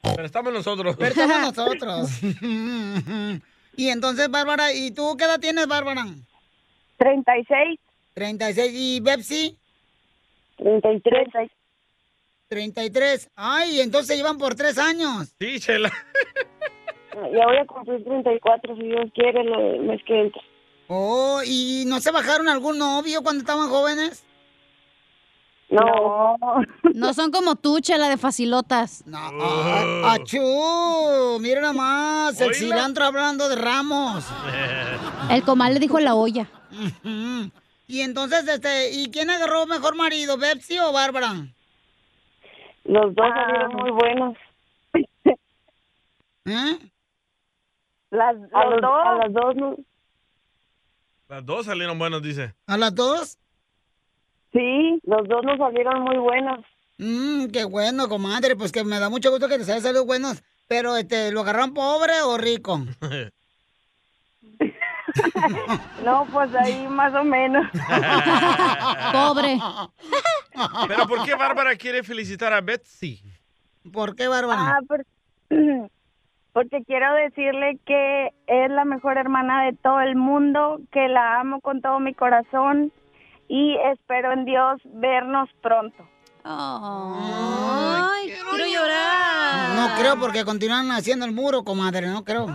Speaker 2: Pero estamos nosotros.
Speaker 1: Pero estamos nosotros. Y entonces, Bárbara, ¿y tú qué edad tienes, Bárbara?
Speaker 14: 36.
Speaker 1: 36. ¿Y Bepsi?
Speaker 14: 33.
Speaker 1: 33. Ay, entonces se llevan por tres años.
Speaker 2: Sí, Chela.
Speaker 14: Ya voy a cumplir 34 si Dios quiere lo del mes que entra.
Speaker 1: Oh, ¿y no se bajaron algún novio cuando estaban jóvenes?
Speaker 14: No.
Speaker 3: No son como tú, chela de facilotas.
Speaker 1: No. A- ¡Achú! Mira nomás, el
Speaker 3: Oíla.
Speaker 1: cilantro hablando de ramos.
Speaker 3: El comal le dijo la olla.
Speaker 1: Ujú. Y entonces, este, ¿y quién agarró mejor marido, Bepsi o Bárbara?
Speaker 14: Los dos salieron muy buenos.
Speaker 1: ¿Eh?
Speaker 14: Las, los
Speaker 1: los-
Speaker 14: dos.
Speaker 1: a
Speaker 14: las dos, ¿no?
Speaker 2: Las dos salieron buenas, dice.
Speaker 1: ¿A las dos?
Speaker 14: Sí, los dos nos salieron muy buenos.
Speaker 1: Mmm, qué bueno, comadre, pues que me da mucho gusto que les haya salido buenos. Pero, este, ¿lo agarraron pobre o rico?
Speaker 14: No, pues ahí más o menos.
Speaker 1: Pobre.
Speaker 2: Pero ¿por qué Bárbara quiere felicitar a Betsy?
Speaker 1: ¿Por qué, Bárbara?
Speaker 14: Ah, por- porque quiero decirle que es la mejor hermana de todo el mundo, que la amo con todo mi corazón y espero en Dios vernos pronto.
Speaker 3: Oh. Ay, quiero llorar.
Speaker 1: No creo porque continúan haciendo el muro, comadre, no creo.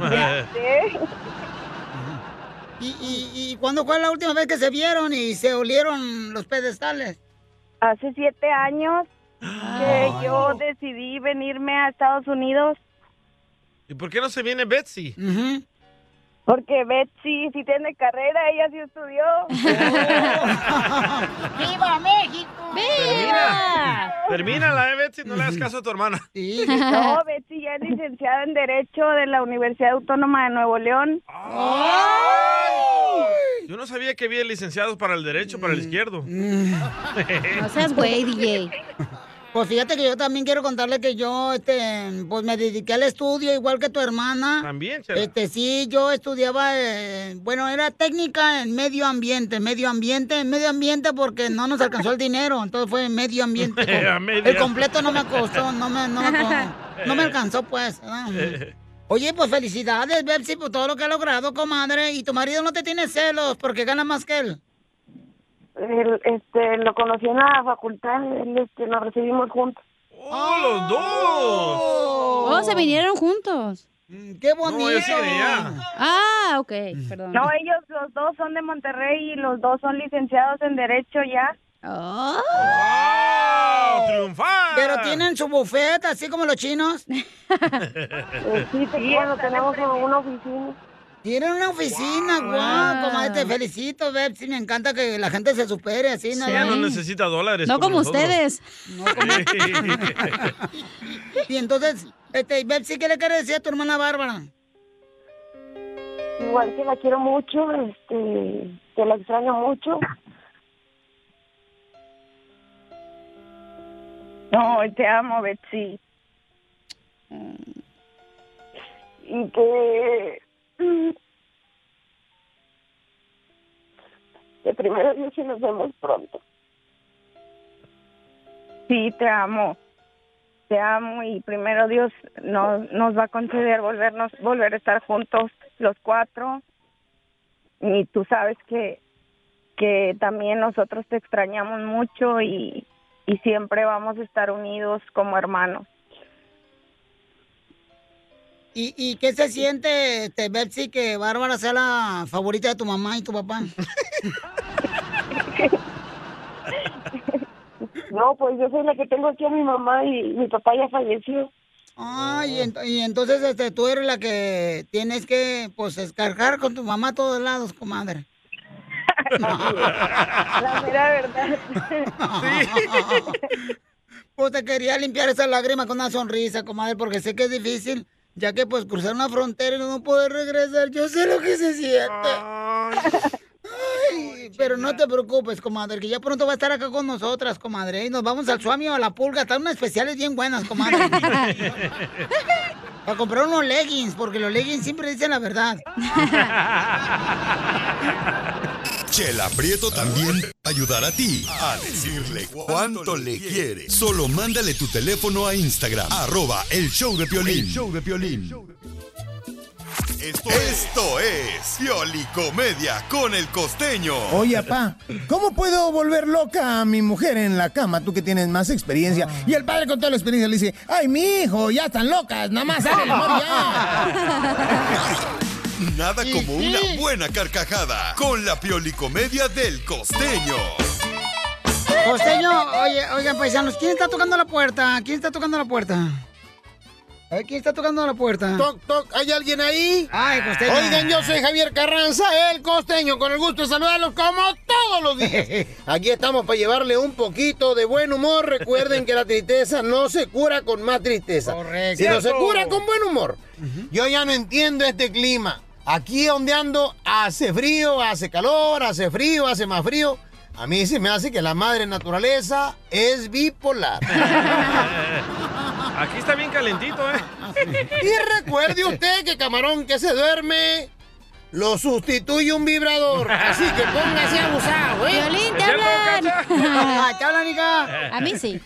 Speaker 1: ¿Y, y, y cuándo fue la última vez que se vieron y se olieron los pedestales?
Speaker 14: Hace siete años que yo decidí venirme a Estados Unidos
Speaker 2: ¿Y por qué no se viene Betsy?
Speaker 14: porque Betsy sí tiene carrera, ella sí estudió.
Speaker 1: ¡Viva México!
Speaker 2: ¡Viva! Termínala, eh, Betsy, no le hagas caso a tu hermana.
Speaker 14: No, Betsy ya es licenciada en Derecho de la Universidad Autónoma de Nuevo León.
Speaker 2: ¡Ah! Yo no sabía que había licenciados para el derecho, para el
Speaker 1: Mm.
Speaker 2: izquierdo. Eh.
Speaker 1: No
Speaker 3: seas güey, DJ.
Speaker 1: Pues fíjate que yo también quiero contarle que yo, este, pues me dediqué al estudio igual que tu hermana.
Speaker 2: También, Chela.
Speaker 1: Este, sí, yo estudiaba, eh, bueno, era técnica en medio ambiente, medio ambiente, en medio ambiente porque no nos alcanzó el dinero, entonces fue en medio ambiente.
Speaker 2: A medias. Eh.
Speaker 8: ¿eh?
Speaker 1: el completo no me costó, no me, no me, co- no me alcanzó, pues. ¿verdad? Oye, pues felicidades, Bepsi, por todo lo que ha logrado, comadre. Y tu marido no te tiene celos porque gana más que él.
Speaker 14: Él, este, lo conocí en la facultad, él, este, nos recibimos juntos.
Speaker 2: ¡Oh, los dos!
Speaker 3: Oh, se vinieron juntos.
Speaker 1: Mm, ¡Qué bonito!
Speaker 2: es idea.
Speaker 3: Ah, ok, perdón.
Speaker 14: No, ellos los dos son de Monterrey y los dos son licenciados en Derecho ya.
Speaker 3: Oh.
Speaker 2: ¡Wow! ¡Triunfar!
Speaker 1: Oh. Pero tienen su bufete, así como los chinos. pues,
Speaker 14: Eh, Pues sí, te quiero, tenemos como una oficina.
Speaker 1: Tienen una oficina, guau, comadre, te felicito, Bepsi, me encanta que la gente se supere así, ¿no?
Speaker 2: Ella no necesita dólares.
Speaker 3: No como
Speaker 2: nosotros.
Speaker 3: ustedes.
Speaker 1: Y entonces, este, Bepsi, ¿qué le quiere decir a tu hermana Bárbara?
Speaker 14: Igual que la quiero mucho, este, que la extraño mucho. No, te amo, Betsy. Y que... De primero Dios y nos vemos pronto. Sí, te amo. Te amo y primero Dios nos, nos va a conceder volvernos, volver a estar juntos los cuatro. Y tú sabes que, que también nosotros te extrañamos mucho y, y siempre vamos a estar unidos como hermanos.
Speaker 1: ¿Y, y qué se siente, este, Betsy, que Bárbara sea la favorita de tu mamá y tu papá?
Speaker 14: No, pues yo soy la que tengo aquí a mi mamá y mi papá ya falleció.
Speaker 1: Ay, y, ent- y entonces este, tú eres la que tienes que, pues, descargar con tu mamá a todos lados, comadre.
Speaker 14: La mera verdad.
Speaker 1: Pues te quería limpiar esa lágrima con una sonrisa, comadre, porque sé que es difícil, ya que pues cruzar una frontera y no poder regresar, yo sé lo que se siente. Ay, pero no te preocupes, comadre, que ya pronto va a estar acá con nosotras, comadre, y nos vamos al suami o a la pulga, están unas especiales bien buenas, comadre. Para comprar unos leggings, porque los leggings siempre dicen la verdad.
Speaker 4: Chela Prieto también va a ayudar a ti a decirle cuánto le quiere. Solo mándale tu teléfono a Instagram, arroba el show de Piolín.
Speaker 17: El
Speaker 4: show de Esto, esto es Pioli Comedia con el costeño.
Speaker 17: Oye, papá, ¿cómo puedo volver loca a mi mujer en la cama? Tú que tienes más experiencia.
Speaker 20: Ah.
Speaker 17: Y el padre con toda la experiencia le dice, ay, mi hijo, ya están locas, nada más sale el amor ya.
Speaker 4: Nada como una buena carcajada con la Pioli Comedia del costeño.
Speaker 1: Costeño, oye, oigan, paisanos, ¿quién está tocando la puerta? ¿Quién está tocando la puerta? A ver, ¿quién está tocando la puerta?
Speaker 17: Toc, toc, ¿hay alguien ahí?
Speaker 1: Ay, costeño.
Speaker 17: Oigan, yo soy Javier Carranza, el costeño, con el gusto de saludarlos como todos los días. Aquí estamos para llevarle un poquito de buen humor. Recuerden que la tristeza no se cura con más tristeza.
Speaker 1: Correcto.
Speaker 17: Si no se cura con buen humor. Yo ya no entiendo este clima. Aquí donde ando hace frío, hace calor, hace frío, hace más frío. A mí se me hace que la madre naturaleza es bipolar.
Speaker 2: Aquí está bien calentito, ¿eh?
Speaker 17: Y recuerde usted que camarón que se duerme lo sustituye un vibrador. Así que póngase abusado, ¿eh? Ah,
Speaker 3: Violín, te hablan.
Speaker 1: ¿Te hablan, hija?
Speaker 3: A mí sí.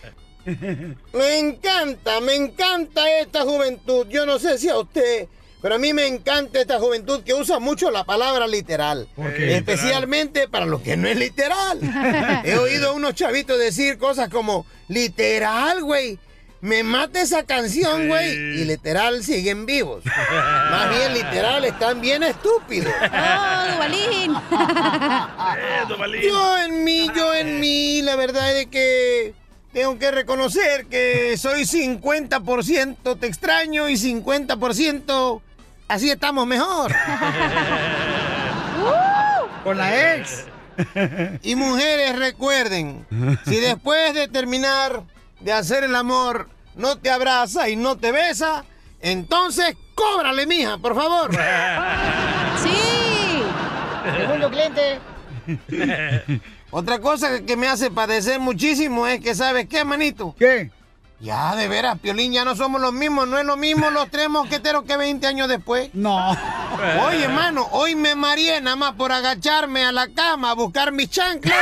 Speaker 17: Me encanta, me encanta esta juventud. Yo no sé si a usted, pero a mí me encanta esta juventud que usa mucho la palabra literal.
Speaker 24: qué?
Speaker 17: Especialmente para los que no es literal. He oído a unos chavitos decir cosas como, literal, güey. Me mata esa canción, güey. Y literal siguen vivos. Más bien literal están bien estúpidos. Eh,
Speaker 3: ¡Oh, Duvalín!
Speaker 17: Ah. Yo en mí, yo en mí, la verdad es que tengo que reconocer que soy 50% te extraño y 50% así estamos mejor.
Speaker 1: Con la ex.
Speaker 17: Y mujeres recuerden, si después de terminar de hacer el amor no te abraza y no te besa, entonces cóbrale, mija, por favor.
Speaker 3: ¡Sí!
Speaker 1: Segundo cliente.
Speaker 17: Otra cosa que me hace padecer muchísimo es que, ¿sabes qué, manito?
Speaker 1: ¿Qué?
Speaker 17: Ya, de veras, Piolín, ya no somos los mismos. No es lo mismo los tres mosqueteros que 20 años después.
Speaker 1: No.
Speaker 17: Oye, hermano, hoy me mareé nada más por agacharme a la cama a buscar mis chanclas.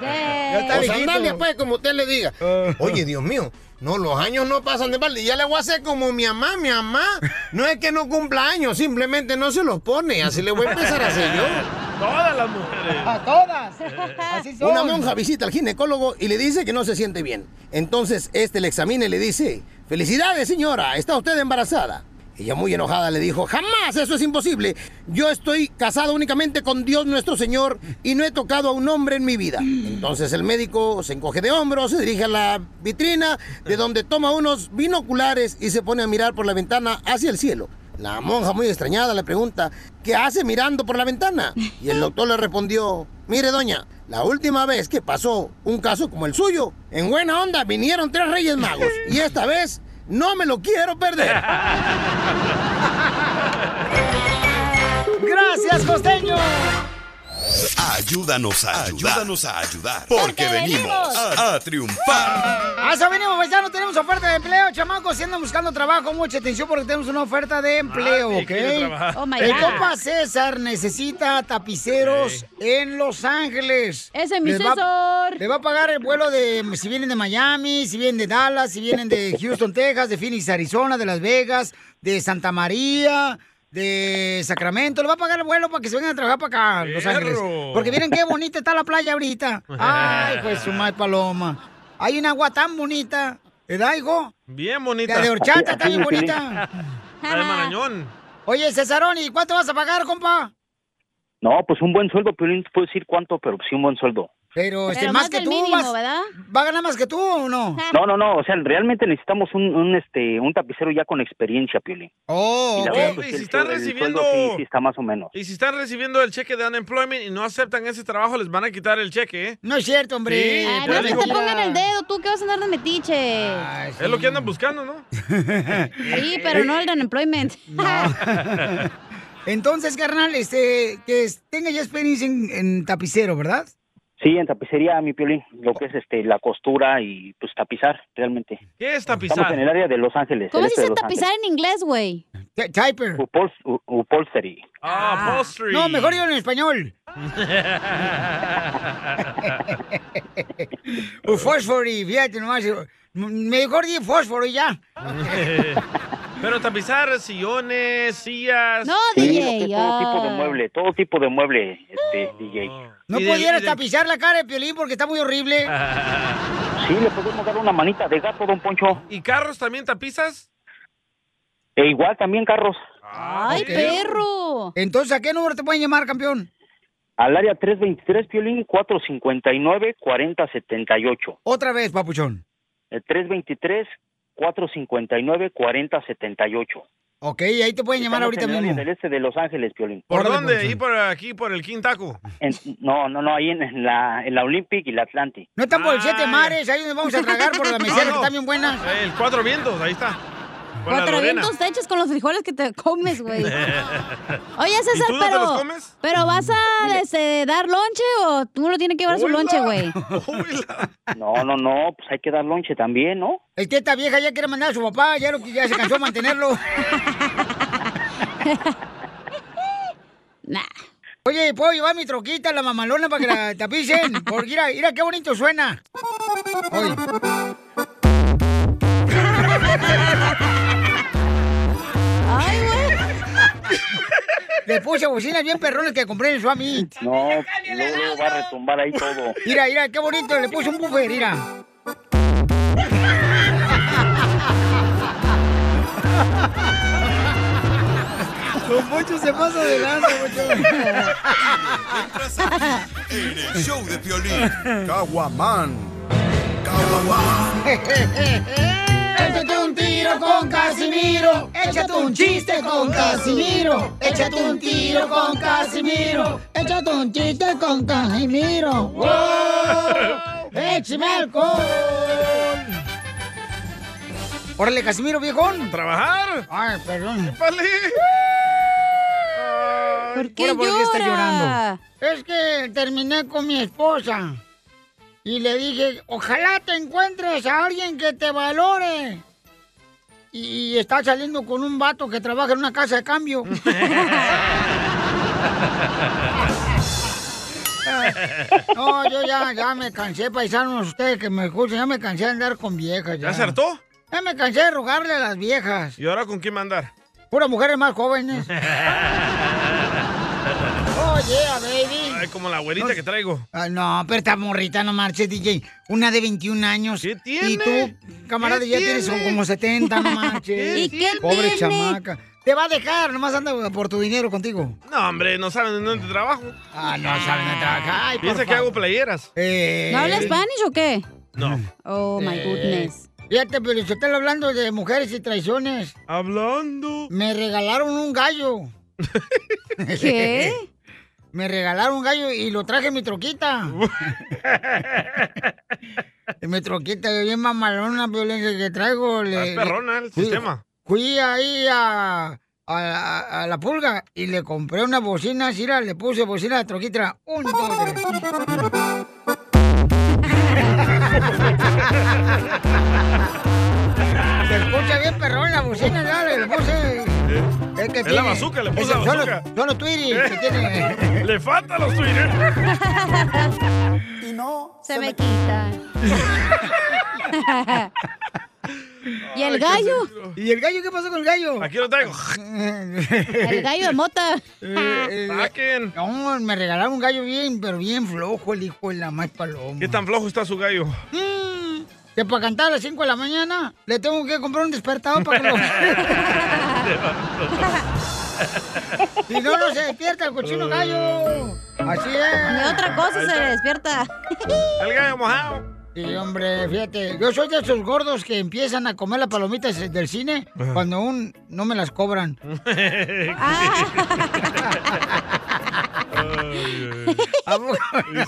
Speaker 1: Ya está
Speaker 17: Pues
Speaker 1: viejito.
Speaker 17: andale, pues, como usted le diga. Oye, Dios mío, no, los años no pasan de balde. Ya le voy a hacer como mi mamá, mi mamá. No es que no cumpla años, simplemente no se los pone. Así le voy a empezar a hacer yo.
Speaker 2: Todas las mujeres.
Speaker 1: A todas. Así son.
Speaker 17: Una monja visita al ginecólogo y le dice que no se siente bien. Entonces este le examina y le dice, felicidades señora, está usted embarazada. Ella muy enojada le dijo, jamás, eso es imposible. Yo estoy casada únicamente con Dios nuestro Señor y no he tocado a un hombre en mi vida. Entonces el médico se encoge de hombros, se dirige a la vitrina, de donde toma unos binoculares y se pone a mirar por la ventana hacia el cielo. La monja muy extrañada le pregunta, ¿qué hace mirando por la ventana? Y el doctor le respondió, mire doña, la última vez que pasó un caso como el suyo, en buena onda vinieron tres reyes magos y esta vez no me lo quiero perder.
Speaker 1: Gracias, costeño.
Speaker 4: Ayúdanos a ayudar. Ayúdanos a ayudar. Porque venimos a, a triunfar.
Speaker 1: A eso venimos, paisano. Tenemos oferta de empleo, chamacos. Si andan buscando trabajo, mucha atención porque tenemos una oferta de empleo,
Speaker 13: Ah, sí,
Speaker 1: ¿ok?
Speaker 13: quiere trabajar. Oh, my
Speaker 1: El
Speaker 13: God.
Speaker 1: compa César necesita tapiceros en Los Ángeles. Ese
Speaker 3: es mi
Speaker 1: César. Le va a pagar el vuelo de si vienen de Miami, si vienen de Dallas, si vienen de Houston, Texas, de Phoenix, Arizona, de Las Vegas, de Santa María. De Sacramento, le va a pagar el vuelo para que se vengan a trabajar para acá, Los
Speaker 13: Perro.
Speaker 1: Ángeles. Porque miren qué bonita está la playa ahorita. Ay, pues su madre paloma. Hay una agua tan bonita. ¿Verdad, hijo?
Speaker 2: Bien bonita.
Speaker 1: La de horchata está bien bonita.
Speaker 2: La de Marañón.
Speaker 1: Oye, Cesarón, ¿y cuánto vas a pagar, compa?
Speaker 16: No, pues un buen sueldo, Piolín, te puedo decir cuánto, pero sí un buen sueldo.
Speaker 1: Pero, este,
Speaker 16: Pero
Speaker 1: más,
Speaker 16: más
Speaker 1: que
Speaker 16: del
Speaker 1: tú,
Speaker 16: mínimo,
Speaker 1: vas- ¿va a ganar más que tú o no?
Speaker 16: No, no, no, o sea, realmente necesitamos un, un, este, un tapicero ya con experiencia, Piolín.
Speaker 1: Oh,
Speaker 16: Y la
Speaker 2: ok.
Speaker 16: verdad,
Speaker 2: Oh,
Speaker 16: pues,
Speaker 2: y si
Speaker 16: el
Speaker 2: están
Speaker 16: sueldo- el
Speaker 2: recibiendo-
Speaker 16: sueldo sí- sí está más o menos.
Speaker 2: Y si están recibiendo el cheque de unemployment y no aceptan ese trabajo, les van a quitar el cheque, ¿eh?
Speaker 1: No es cierto, hombre. Ah.
Speaker 2: Sí,
Speaker 3: Ay,
Speaker 2: te
Speaker 3: Ah, no, que
Speaker 2: digo.
Speaker 3: te pongan el dedo, tú que vas a andar de metiche.
Speaker 2: Es lo que andan buscando, ¿no?
Speaker 3: Sí, pero no el unemployment.
Speaker 1: Entonces, carnal, este, que es- tenga ya experiencia en, en tapicero, ¿verdad?
Speaker 16: Sí, en tapicería, mi Piolín, lo que es este, la costura y pues tapizar, realmente.
Speaker 2: ¿Qué es
Speaker 16: Estamos en el área de Los Ángeles.
Speaker 3: ¿Cómo
Speaker 16: el
Speaker 3: se
Speaker 16: este de
Speaker 3: dice
Speaker 16: Los
Speaker 3: tapizar en inglés, güey?
Speaker 1: Typer.
Speaker 16: Ángeles. Upols- u- upholstery.
Speaker 2: Ah, upholstery.
Speaker 1: No, mejor yo en español. O fósforo, y fíjate nomás. m- Mejor di fósforo y ya.
Speaker 2: Pero tapizar sillones, sillas.
Speaker 1: No,
Speaker 16: Sí, lo que es todo tipo
Speaker 3: Ah.
Speaker 16: de mueble, todo tipo de mueble, este,
Speaker 2: Ah.
Speaker 16: DJ.
Speaker 1: No pudieras tapizar la cara de Piolín porque está muy horrible.
Speaker 16: Ah. Sí, le podemos dar una manita de gato, don Poncho.
Speaker 2: ¿Y carros también tapizas?
Speaker 16: E igual también carros.
Speaker 1: ¡Ay,
Speaker 3: perro!
Speaker 1: Entonces, ¿a qué número te pueden llamar, campeón?
Speaker 16: Al área 323, Piolín, 459-4078.
Speaker 1: Otra vez, papuchón.
Speaker 16: El 323-459-4078.
Speaker 1: Ok, y ahí te pueden llamar
Speaker 16: Estamos
Speaker 1: ahorita
Speaker 16: en el área
Speaker 1: mismo.
Speaker 16: del este de Los Ángeles, Piolín.
Speaker 2: ¿Por dónde? Ahí por aquí, por el Quintaco.
Speaker 16: En- no, no, no, ahí en, en la, en la Olympic y la Atlantic.
Speaker 1: No están por el Siete Mares, ahí nos vamos a tragar por la mesera
Speaker 2: No, no.
Speaker 1: que está bien buena.
Speaker 2: Ah, El Cuatro Vientos, ahí está. Con la
Speaker 3: Cuatro
Speaker 2: Lorena.
Speaker 3: vientos te echas con los frijoles que te comes, güey. Oye, César,
Speaker 2: ¿Y tú no te
Speaker 3: pero.
Speaker 2: los comes?
Speaker 3: ¿Pero vas a este, dar lonche o tú no tienes que llevar su lonche, güey?
Speaker 16: No, no, no, pues hay que dar lonche también, ¿no?
Speaker 1: Es que Este, esta vieja ya quiere mandar a su papá, ya, lo, ya se cansó de mantenerlo. Oye, ¿puedo llevar mi troquita, la mamalona, para que la tapicen? Porque mira, mira qué bonito suena. Oye.
Speaker 3: Ay, güey.
Speaker 1: Le puse bocinas bien perrones que compré en el Suami.
Speaker 16: No, luego, luego va a retumbar ahí todo.
Speaker 1: Mira, mira, qué bonito, le puse un buffer, mira. Don Poncho se pasa de lanza,
Speaker 4: En el show de Piolín. Caguaman.
Speaker 1: Échate un tiro con Casimiro, échate un chiste con Casimiro, échate un tiro con Casimiro, échate un chiste con Casimiro. ¡Wow! ¡Échame alcohol! Órale, Casimiro, viejón.
Speaker 2: ¿Trabajar?
Speaker 1: Ay, perdón.
Speaker 3: ¿Por
Speaker 1: Ahora, ¿por qué está
Speaker 3: llora?
Speaker 1: llorando? Es que terminé con mi esposa y le dije, ojalá te encuentres a alguien que te valore. Y, y está saliendo con un vato que trabaja en una casa de cambio.
Speaker 13: Ay,
Speaker 1: No, yo ya, ya me cansé, paisanos, ustedes que me escuchan, ya me cansé de andar con viejas. ¿Ya,
Speaker 2: ¿Ya se hartó?
Speaker 1: Ya me cansé de rogarle a las viejas.
Speaker 2: ¿Y ahora con quién mandar?
Speaker 1: Puras mujeres más jóvenes. Oh, yeah, baby.
Speaker 2: Ay, como la abuelita que traigo.
Speaker 1: Ah, no, pero esta morrita no marches, DJ. Una de 21 años. ¿Qué
Speaker 2: tiene?
Speaker 1: Y tú, camarada,
Speaker 2: ¿Qué
Speaker 1: ya tienes
Speaker 2: tiene?
Speaker 1: como 70, no marches.
Speaker 2: ¿Y qué
Speaker 1: Pobre
Speaker 2: tiene?
Speaker 1: chamaca. Te va a dejar, nomás anda por tu dinero contigo.
Speaker 2: No, hombre, no saben en dónde trabajo.
Speaker 1: Ah, no saben dónde trabajar. Ay,
Speaker 2: Piensa
Speaker 1: por
Speaker 2: que
Speaker 1: favor. Eh.
Speaker 2: hago playeras.
Speaker 3: ¿No habla Spanish o qué?
Speaker 2: No.
Speaker 3: Oh, my goodness.
Speaker 1: Fíjate, pero yo estoy hablando de mujeres y traiciones.
Speaker 2: Hablando.
Speaker 1: Me regalaron un gallo.
Speaker 3: ¿Qué?
Speaker 1: Me regalaron un gallo y lo traje en mi troquita. en mi troquita, bien mamalona, pues, violencia que traigo. Le,
Speaker 2: Estás perrona, el
Speaker 1: fui-
Speaker 2: sistema.
Speaker 1: Fui ahí a, a, a- a la pulga y le compré una bocina, así era, le puse bocina de troquita. era Un, dos, tres. Se escucha bien perrón la bocina, ya le puse. Es, que
Speaker 2: Eh, Es la bazooka, le puse
Speaker 1: es-
Speaker 2: la
Speaker 1: son
Speaker 2: bazooka. Eh.
Speaker 1: los- Son los Twitty que tiene.
Speaker 2: Le faltan los Twitter.
Speaker 1: Y no.
Speaker 3: Se me quita. ¿Y el gallo?
Speaker 1: ¿Y el gallo qué pasó con el gallo?
Speaker 2: Aquí lo traigo.
Speaker 1: El
Speaker 3: gallo de mota.
Speaker 2: Saquen.
Speaker 1: Eh, No, me regalaron un gallo bien, pero bien flojo el hijo de la más paloma.
Speaker 2: ¿Qué tan flojo está su gallo?
Speaker 1: Mm, que para cantar a las 5 de la mañana le tengo que comprar un despertador para que lo... si no, no se despierta el cochino gallo. Así es.
Speaker 3: De otra cosa se le
Speaker 1: despierta.
Speaker 2: El gallo mojado.
Speaker 1: Sí, hombre, fíjate. Yo soy de esos gordos que empiezan a comer las palomitas del cine cuando aún no me las cobran. ¿A poco?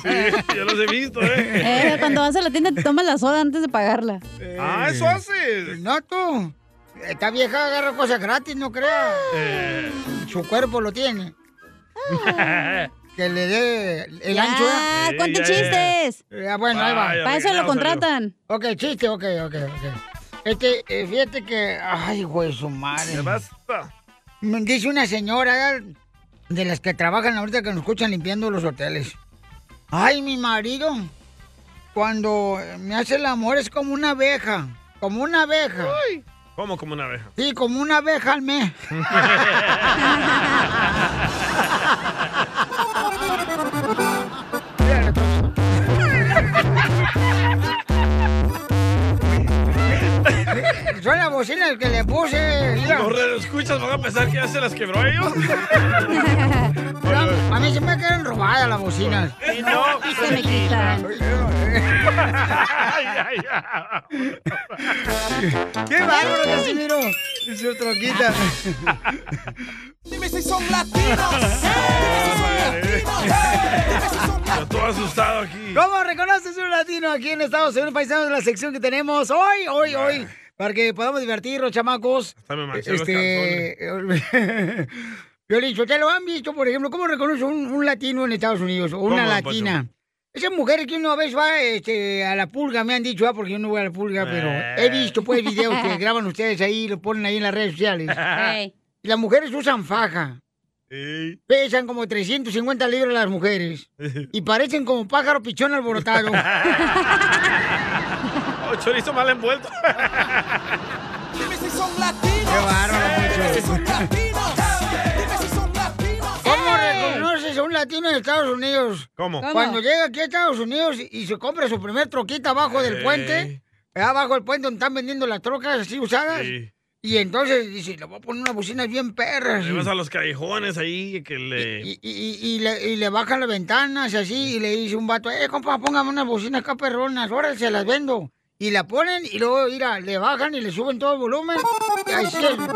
Speaker 2: Sí, yo los he visto,
Speaker 3: Eh,
Speaker 2: ¿eh?
Speaker 3: cuando vas a la tienda te tomas la soda antes de pagarla.
Speaker 2: Ah, eso haces.
Speaker 1: No, tú. Esta vieja agarra cosas gratis, no creas.
Speaker 3: Eh.
Speaker 1: Su cuerpo lo tiene. Que le dé el
Speaker 3: Ya,
Speaker 1: ancho. ¿eh?
Speaker 3: cuenten Sí, ya, ya. chistes.
Speaker 1: Ya, bueno, ahí
Speaker 3: Vaya,
Speaker 1: va.
Speaker 3: Pa' eso lo regalado salió. contratan.
Speaker 1: Ok, chiste, ok, ok, ok. Este, eh, fíjate que. Ay, güey, su madre.
Speaker 2: Ya basta.
Speaker 1: Me Mm, Dice una señora eh, de las que trabajan ahorita que nos escuchan limpiando los hoteles. Ay, mi marido, cuando me hace el amor es como una abeja. Como una abeja.
Speaker 2: ¿Cómo como una abeja?
Speaker 1: Sí, como una abeja al mes. Son las bocinas que le puse. mira.
Speaker 2: Los escuchas van a pensar que ya se las quebró a ellos.
Speaker 1: A mí se me quedan robadas las bocinas.
Speaker 2: Y no,
Speaker 13: Y se me quitan. Ah,
Speaker 1: ¡Qué bárbaro, Casimiro! Y Su troquita.
Speaker 13: Dime si son latinos.
Speaker 2: Está todo asustado aquí.
Speaker 1: ¿Cómo reconoces un latino aquí en Estados Unidos, paisanos, de la sección que tenemos hoy, hoy, hoy? Para que podamos divertirnos, chamacos.
Speaker 2: Hasta me manché los
Speaker 1: Este. Violín, ¿te lo han visto, por ejemplo? ¿Cómo reconoce un, un latino en Estados Unidos o una
Speaker 2: ¿Cómo,
Speaker 1: latina? Esas mujeres que uno a veces va este, a la pulga, me han dicho, ah, porque yo no voy a la pulga, pero
Speaker 2: Eh.
Speaker 1: he visto pues videos que graban ustedes ahí, lo ponen ahí en las redes sociales.
Speaker 2: Ey.
Speaker 1: Y Las mujeres usan faja.
Speaker 2: Ey.
Speaker 1: Pesan como 350 libras las mujeres. Y parecen como pájaro pichón alborotado.
Speaker 2: Oh, chorizo mal envuelto.
Speaker 13: Dime si son latinos.
Speaker 1: Qué bárbaro,
Speaker 13: Dime si
Speaker 1: Poncho.
Speaker 13: son latinos. Dime si son latinos.
Speaker 1: ¿Cómo reconoces a un latino en Estados Unidos?
Speaker 2: ¿Cómo? ¿Cómo?
Speaker 1: Cuando llega aquí a Estados Unidos y se compra su primer troquita abajo del
Speaker 2: Ey.
Speaker 1: puente, eh, abajo del puente donde están vendiendo las trocas así usadas,
Speaker 2: Sí.
Speaker 1: y entonces dice, le voy a poner unas bocinas bien perras.
Speaker 2: Le vas a los callejones ahí que le.
Speaker 1: Y, y- y le, y le bajan las ventanas así y le dice un vato, eh, compa, póngame unas bocinas acá perronas, ahora se las vendo. Y la ponen y luego, mira, le bajan y le suben todo el volumen. Y ahí sí,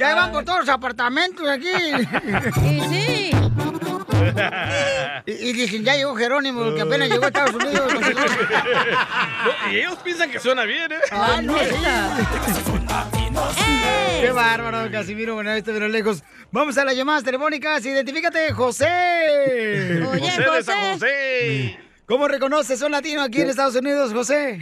Speaker 1: ya van por todos los apartamentos aquí. Y sí. Y, dicen, ya llegó Jerónimo, el que apenas llegó a Estados Unidos.
Speaker 2: No, y ellos piensan que suena bien, ¿eh?
Speaker 1: Ah, no, sí. ¡Qué bárbaro, Casimiro! Bueno, esto vino lejos. Vamos a las llamadas telefónicas. Identifícate, José.
Speaker 2: Oye, José de José. San José.
Speaker 1: ¿Cómo reconoces? Son latino aquí en Estados Unidos, José.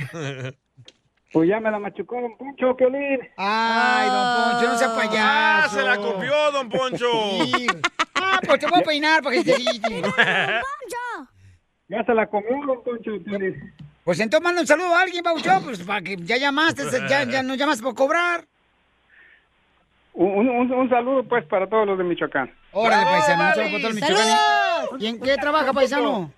Speaker 7: Pues ya me la machucó Don Poncho, Piolín.
Speaker 1: Ay, Don Poncho, no sea payaso.
Speaker 2: Ah, se la copió, Don Poncho.
Speaker 1: Sí. Ah, pues te voy a peinar para que te grite.
Speaker 7: Ya se la comió Don Poncho, Piolín.
Speaker 1: Pues entonces manda un saludo a alguien, Pauchón, pues para que ya llamaste, ya, ya no llamaste por cobrar.
Speaker 7: Un, un- un saludo, pues, para todos los de Michoacán.
Speaker 1: Órale,
Speaker 7: ¡Bravo,
Speaker 1: paisano, un saludo
Speaker 7: Vali!
Speaker 1: para todos los
Speaker 7: ¡Saludos!
Speaker 1: michoacanos. ¿Y en qué trabaja, paisano?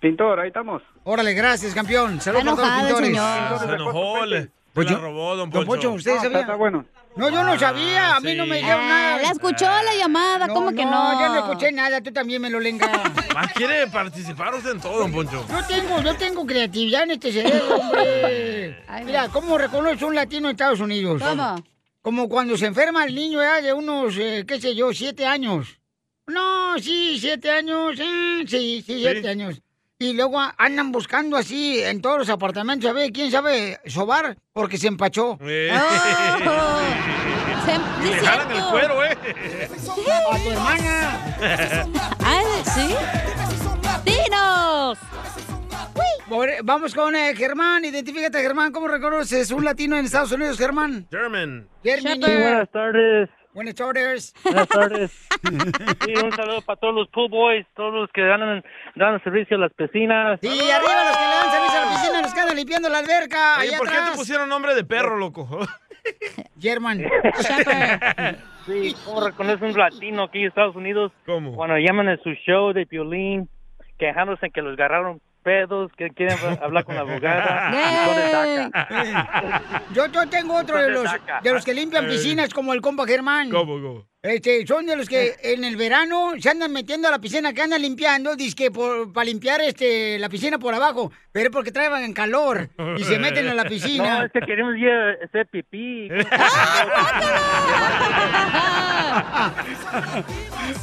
Speaker 7: Pintor, ahí estamos.
Speaker 1: Órale, gracias, campeón. Saludos para todos los pintores.
Speaker 2: Se enojó, le,
Speaker 1: Pues
Speaker 2: se la
Speaker 1: yo-
Speaker 2: robó, Don Poncho. Ah,
Speaker 1: Don Poncho, ¿usted sabía?
Speaker 7: Ah, bueno. Ah,
Speaker 1: No, yo no sabía, a mí no me dijeron nada.
Speaker 3: La escuchó la llamada,
Speaker 1: No,
Speaker 3: ¿cómo que no?
Speaker 1: yo no escuché nada, tú también me lo lenga.
Speaker 2: Más Ah, quiere participar usted en todo, Don Poncho.
Speaker 1: Yo tengo, yo tengo creatividad en este cerebro, hombre. Mira, ¿cómo reconoce un latino en Estados Unidos?
Speaker 3: ¿Cómo?
Speaker 1: Como cuando se enferma el niño ya de unos, eh, qué sé yo, siete años. No, sí, siete años, eh, sí, sí, siete años. Y luego a- andan buscando así en todos los apartamentos, a ver quién sabe sobar porque se empachó.
Speaker 3: Eh. Se- sí,
Speaker 2: Le
Speaker 3: es
Speaker 2: jalan el
Speaker 3: cierto.
Speaker 2: cuero, ¿eh?
Speaker 1: A tu hermana.
Speaker 3: Ay, Ah, sí. ¡Dinos!
Speaker 1: Pobre- Vamos con eh, Germán, identifícate Germán, ¿cómo reconoces un latino en Estados Unidos, Germán?
Speaker 2: German.
Speaker 1: Germán.
Speaker 24: Sí, buenas tardes.
Speaker 1: Buenas tardes.
Speaker 24: Buenas tardes. Sí, un saludo para todos los pool boys, todos los que dan, dan servicio a las piscinas.
Speaker 1: Sí, arriba los que le dan servicio a la piscina, los que andan limpiando la alberca.
Speaker 2: Oye,
Speaker 1: allá
Speaker 2: ¿por qué te
Speaker 1: atrás.
Speaker 2: pusieron nombre de perro,
Speaker 3: Eh.
Speaker 2: loco?
Speaker 1: German.
Speaker 24: Sí, ¿cómo reconoce un latino aquí en Estados Unidos?
Speaker 2: ¿Cómo?
Speaker 24: Cuando llaman en su show de violín, quejándose que los agarraron pedos, que quieren hablar con la abogada.
Speaker 1: Yay. Yo, yo tengo otro de
Speaker 24: Entonces,
Speaker 1: los,
Speaker 24: saca.
Speaker 1: de los que limpian
Speaker 24: Eh.
Speaker 1: piscinas, como el compa Germán.
Speaker 24: ¿Cómo, cómo?
Speaker 1: Este, son de los que en el verano se andan metiendo a la piscina, que andan limpiando, dice que para limpiar este la piscina por abajo, pero es porque traen calor y se meten a la
Speaker 24: No,
Speaker 1: piscina.
Speaker 24: es que queremos ir a hacer pipí.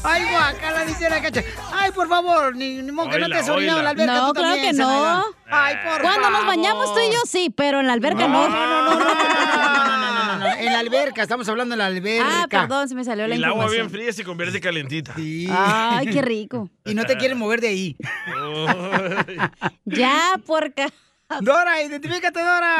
Speaker 1: Ay, guacala, dice la cacha. Ay, por favor, ni, ni modo que no
Speaker 24: Oila,
Speaker 1: te has orinado en la
Speaker 24: oila.
Speaker 1: alberca.
Speaker 3: No,
Speaker 1: tú
Speaker 3: claro
Speaker 1: también,
Speaker 3: que no.
Speaker 1: Zenaida. Ay, por
Speaker 3: Cuando nos bañamos tú y yo sí, pero en la alberca no.
Speaker 1: No, no, en la alberca, estamos hablando de la alberca.
Speaker 3: Ah, perdón, se me salió la
Speaker 2: El agua bien
Speaker 3: información.
Speaker 2: fría se convierte calentita.
Speaker 3: Ay, qué rico.
Speaker 1: Y no te quieren mover de ahí.
Speaker 2: Oh.
Speaker 3: Ya, porca.
Speaker 1: Dora, identifícate, Dora.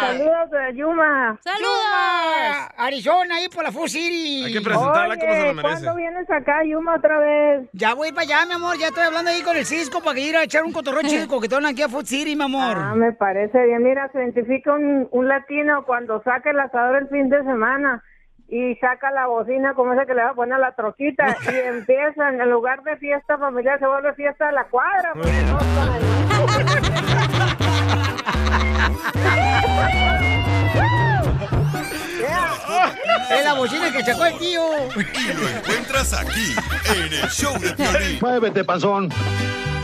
Speaker 14: Saludos de Yuma.
Speaker 1: ¡Saludos! Arizona, ahí por la Food City.
Speaker 2: Hay que presentarla como se lo
Speaker 14: Oye,
Speaker 2: merece.
Speaker 14: ¿Cuándo vienes acá, Yuma, otra vez?
Speaker 1: Ya voy para allá, mi amor. Ya estoy hablando ahí con el Cisco para que ir a echar un cotorroche de coquetón aquí a Food City, mi amor.
Speaker 14: Ah, me parece bien. Mira, se identifica un, un latino cuando saca el asador el fin de semana y saca la bocina como esa que le va a poner a la troquita y empiezan, en lugar de fiesta familiar, se vuelve fiesta de la cuadra. pues, no,
Speaker 1: Es la bocina que sacó el tío.
Speaker 4: Y lo encuentras aquí, en el show de Piolín.
Speaker 10: Muévete, panzón.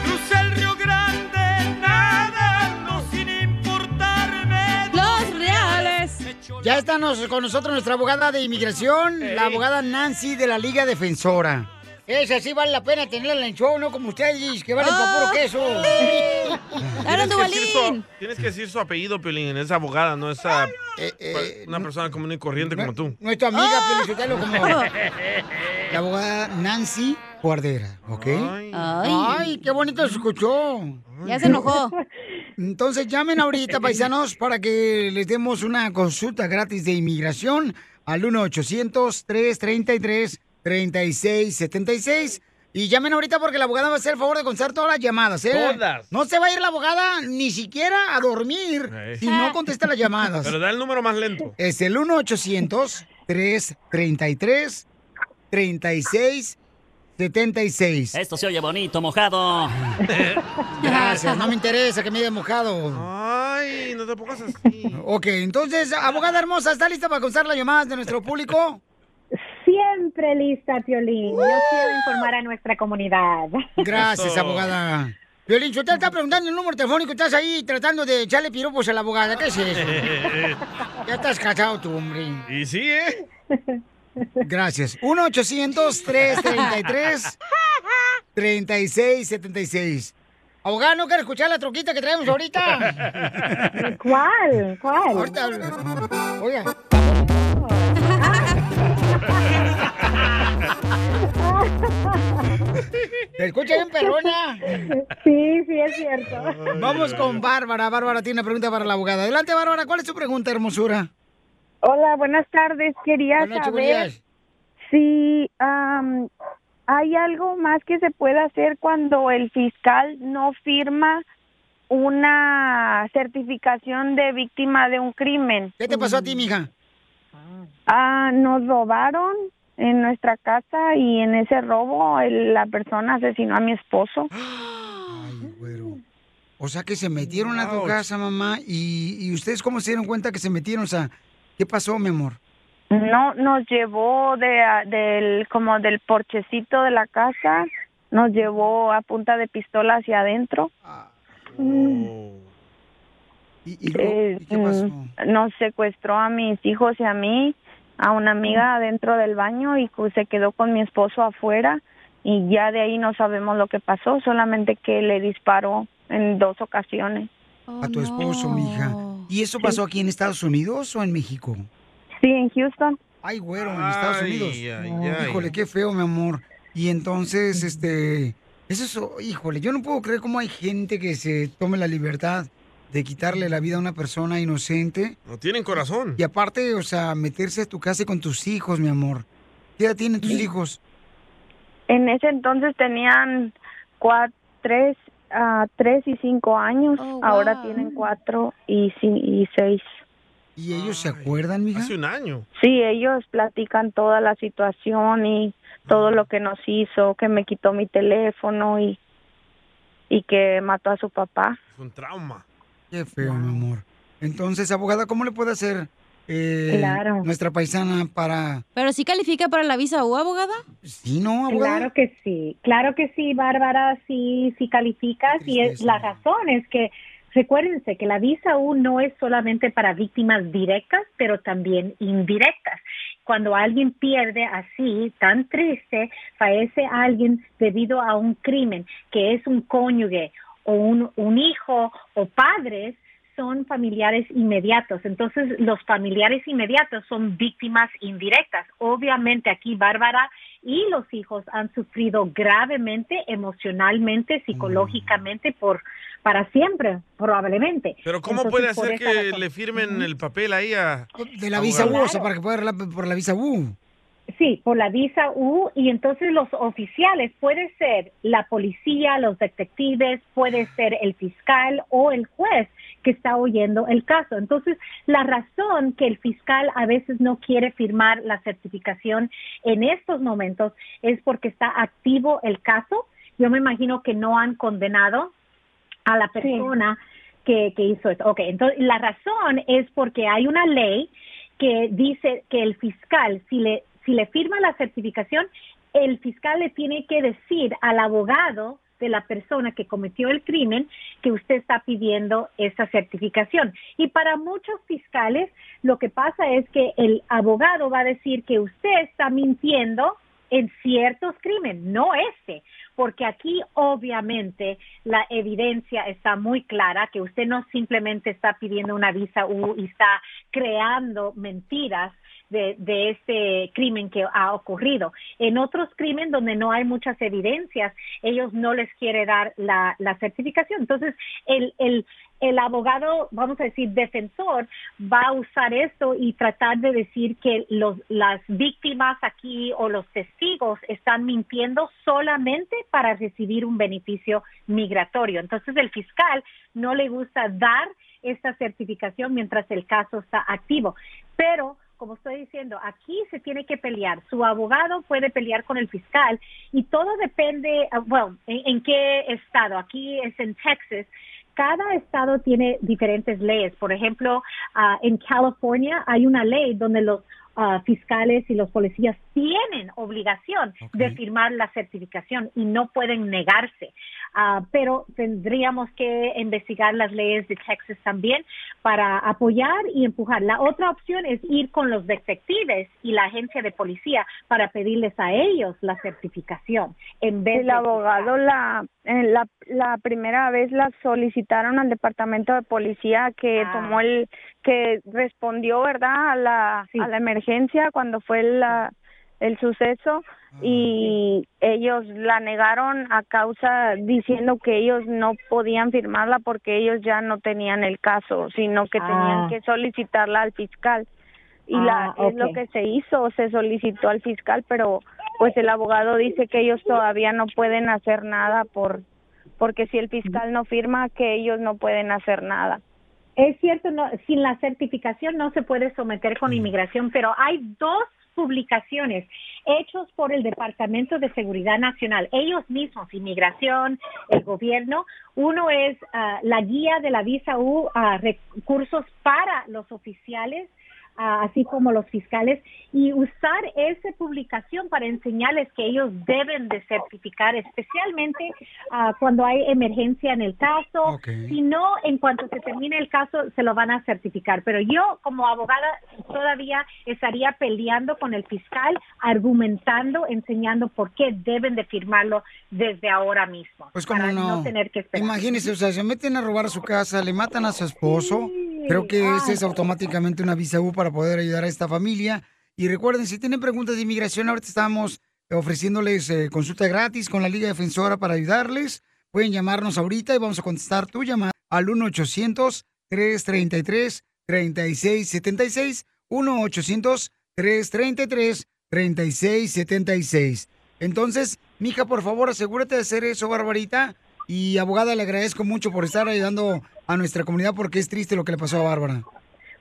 Speaker 13: Crucé el Río Grande nadando sin importarme.
Speaker 3: Los reales.
Speaker 1: Ya está nos- con nosotros nuestra abogada de inmigración, la abogada Nancy de la Liga Defensora. Esa sí vale la pena tenerla en el show, no como ustedes, que valen para puro queso.
Speaker 2: Tienes que decir su- Tienes que decir su apellido, Piolín. Es abogada, no es ah, una persona común y corriente como tú.
Speaker 1: Eh, No es tu amiga,
Speaker 3: Ah.
Speaker 1: Piolín Sotelo, como la abogada Nancy Guardera, ¿ok? Ay, qué bonito se escuchó.
Speaker 3: Ya se enojó.
Speaker 1: Entonces llamen ahorita, paisanos, para que les demos una consulta gratis de inmigración al 1-800-333-3676. Y llamen ahorita porque la abogada va a hacer el favor de contestar todas las llamadas, ¿eh?
Speaker 2: Todas.
Speaker 1: No se va a ir la abogada ni siquiera a dormir
Speaker 2: Ey.
Speaker 1: si no contesta las llamadas.
Speaker 2: Pero da el número más lento.
Speaker 1: Es el 1-800-333-3676.
Speaker 25: Esto se oye bonito, mojado.
Speaker 1: Gracias, no me interesa que me haya mojado.
Speaker 2: Ay, no te pongas así.
Speaker 1: Ok, entonces, abogada hermosa, ¿está lista para contestar las llamadas de nuestro público?
Speaker 22: Siempre lista, Piolín. Yo quiero informar a nuestra comunidad.
Speaker 1: Gracias, abogada. Violín, usted está preguntando el número telefónico, estás ahí tratando de echarle piropos a la abogada. ¿Qué es eso? ya estás casado tú, hombre.
Speaker 2: Y sí, ¿eh?
Speaker 1: Gracias. 1-800-333-3676. Abogada, ¿no quiere escuchar la troquita que traemos ahorita?
Speaker 22: ¿Cuál? ¿Cuál?
Speaker 1: Ahorita. Oiga. Te escucha bien, perrona.
Speaker 22: Sí, sí, es cierto. cierto.
Speaker 1: Vamos con Bárbara. Bárbara tiene una pregunta para la abogada. Adelante, Bárbara. ¿Cuál es tu pregunta, hermosura?
Speaker 14: Hola, buenas tardes. Quería
Speaker 1: Buenas noches,
Speaker 14: saber
Speaker 1: Julián.
Speaker 14: si am, hay algo más que se pueda hacer cuando el fiscal no firma una certificación de víctima de un crimen.
Speaker 1: ¿Qué te pasó a ti, mija?
Speaker 14: Ah, nos robaron en nuestra casa y en ese robo el- la persona asesinó a mi esposo.
Speaker 1: ¡Ah! O sea, que se metieron a tu casa, mamá. Y, y ustedes cómo se dieron cuenta que se metieron? O sea, ¿qué pasó, mi amor?
Speaker 14: No, nos llevó de, a- del, como del porchecito de la casa, nos llevó a punta de pistola hacia adentro. Eh, mm, Nos secuestró a mis hijos y a mí, a una amiga adentro del baño y cu- se quedó con mi esposo afuera y ya de ahí no sabemos lo que pasó, solamente que le disparó en dos ocasiones.
Speaker 1: a tu esposo, mija. ¿Y eso pasó aquí en Estados Unidos o en México?
Speaker 14: Sí, en Houston.
Speaker 1: Ay, güero, en Estados
Speaker 2: Ay,
Speaker 1: Unidos.
Speaker 2: ay,
Speaker 1: No,
Speaker 2: ay.
Speaker 1: Híjole, qué feo, mi amor. Y entonces, este, eso es, oh, híjole, yo no puedo creer cómo hay gente que se tome la libertad de quitarle la vida a una persona inocente.
Speaker 2: No tienen corazón.
Speaker 1: Y aparte, o sea, meterse a tu casa con tus hijos, mi amor. ¿Qué edad tienen
Speaker 2: Mm.
Speaker 1: tus hijos?
Speaker 14: En ese entonces tenían cuatro, tres, ah, tres y cinco años, ahora tienen cuatro y, ci- y seis.
Speaker 1: ¿Y ellos se acuerdan, mija?
Speaker 2: Hace un año.
Speaker 14: Sí, ellos platican toda la situación y todo lo que nos hizo, que me quitó mi teléfono y, y que mató a su papá.
Speaker 2: Es un trauma.
Speaker 1: Qué feo, mi amor. Entonces, abogada, ¿cómo le puede hacer eh,
Speaker 22: Claro.
Speaker 1: nuestra paisana para...
Speaker 22: ¿Pero sí califica para la visa U, abogada?
Speaker 1: Sí, no, abogada.
Speaker 22: Claro que sí. Claro que sí, Bárbara, sí, sí calificas. Y es, la razón es que, recuérdense que la visa U no es solamente para víctimas directas, pero también indirectas. Cuando alguien pierde así, tan triste, fallece alguien debido a un crimen, que es un cónyuge o un, un hijo o padres, son familiares inmediatos. Entonces, los familiares inmediatos son víctimas indirectas. Obviamente aquí Bárbara y los hijos han sufrido gravemente
Speaker 2: Mm.
Speaker 22: emocionalmente, psicológicamente por para siempre, probablemente.
Speaker 2: Pero
Speaker 1: Pues
Speaker 2: ¿cómo
Speaker 22: Entonces,
Speaker 2: puede
Speaker 22: por
Speaker 2: hacer
Speaker 22: esa
Speaker 2: que
Speaker 22: razón-
Speaker 2: le firmen el papel ahí a...
Speaker 1: De la visa U,
Speaker 2: abogada?
Speaker 1: o sea, para que pueda arreglar por la visa U.
Speaker 22: Sí, por la visa U y entonces los oficiales puede ser la policía, los detectives, puede ser el fiscal o el juez que está oyendo el caso. Entonces, la razón que el fiscal a veces no quiere firmar la certificación en estos momentos es porque está activo el caso. Yo me imagino que no han condenado a la persona que, que hizo esto. Ok, entonces la razón es porque hay una ley que dice que el fiscal, si le, si le firma la certificación, el fiscal le tiene que decir al abogado de la persona que cometió el crimen que usted está pidiendo esa certificación. Y para muchos fiscales lo que pasa es que el abogado va a decir que usted está mintiendo en ciertos crímenes, no este, porque aquí obviamente la evidencia está muy clara que usted no simplemente está pidiendo una visa U y está creando mentiras de, de este crimen que ha ocurrido. En otros crímenes donde no hay muchas evidencias, ellos no les quiere dar la, la certificación. Entonces, el, el, el abogado, vamos a decir, defensor, va a usar esto y tratar de decir que los, las víctimas aquí o los testigos están mintiendo solamente para recibir un beneficio migratorio. Entonces, el fiscal no le gusta dar esta certificación mientras el caso está activo. Pero como estoy diciendo, aquí se tiene que pelear. Su abogado puede pelear con el fiscal y todo depende, ah, bueno, en, en qué estado. Aquí es en Texas. Cada estado tiene diferentes leyes. Por ejemplo, ah, en California hay una ley donde los ah, fiscales y los policías tienen obligación de firmar la certificación y no pueden negarse. Ah, pero tendríamos que investigar las leyes de Texas también para apoyar y empujar. La otra opción es ir con los detectives y la agencia de policía para pedirles a ellos la certificación en vez
Speaker 14: El
Speaker 22: de-
Speaker 14: abogado la, eh, la, la primera vez la solicitaron al departamento de policía que
Speaker 22: Ah.
Speaker 14: tomó el, que respondió, ¿verdad? A la, a la emergencia cuando fue la, el suceso y ellos la negaron a causa diciendo que ellos no podían firmarla porque ellos ya no tenían el caso, sino que
Speaker 22: Ah.
Speaker 14: tenían que solicitarla al fiscal. Y la,
Speaker 22: Ah,
Speaker 14: es lo
Speaker 22: ok.
Speaker 14: que se hizo, se solicitó al fiscal, pero pues el abogado dice que ellos todavía no pueden hacer nada por porque si el fiscal no firma, que ellos no pueden hacer nada.
Speaker 22: Es cierto, no, sin la certificación no se puede someter con inmigración, pero hay dos publicaciones hechos por el Departamento de Seguridad Nacional, ellos mismos, inmigración, el gobierno. Uno es ah, la guía de la visa U, a recursos para los oficiales ah, así como los fiscales, y usar esa publicación para enseñarles que ellos deben de certificar, especialmente ah, cuando hay emergencia en el caso. Si no, en cuanto se termine el caso, se lo van a certificar. Pero yo, como abogada, todavía estaría peleando con el fiscal, argumentando, enseñando por qué deben de firmarlo desde ahora mismo.
Speaker 1: Pues como
Speaker 22: para
Speaker 1: no.
Speaker 22: no tener que esperar.
Speaker 1: Imagínese, o sea, se meten a robar a su casa, le matan a su esposo. Creo que esa es automáticamente una visa U para poder ayudar a esta familia. Y recuerden, si tienen preguntas de inmigración, ahorita estamos ofreciéndoles eh, consulta gratis con la Liga Defensora para ayudarles. Pueden llamarnos ahorita y vamos a contestar tu llamada al 1-800-333-3676. 1-800-333-3676. Entonces, mija, por favor, asegúrate de hacer eso, Barbarita. Y abogada, le agradezco mucho por estar ayudando a nuestra comunidad porque es triste lo que le pasó a Bárbara.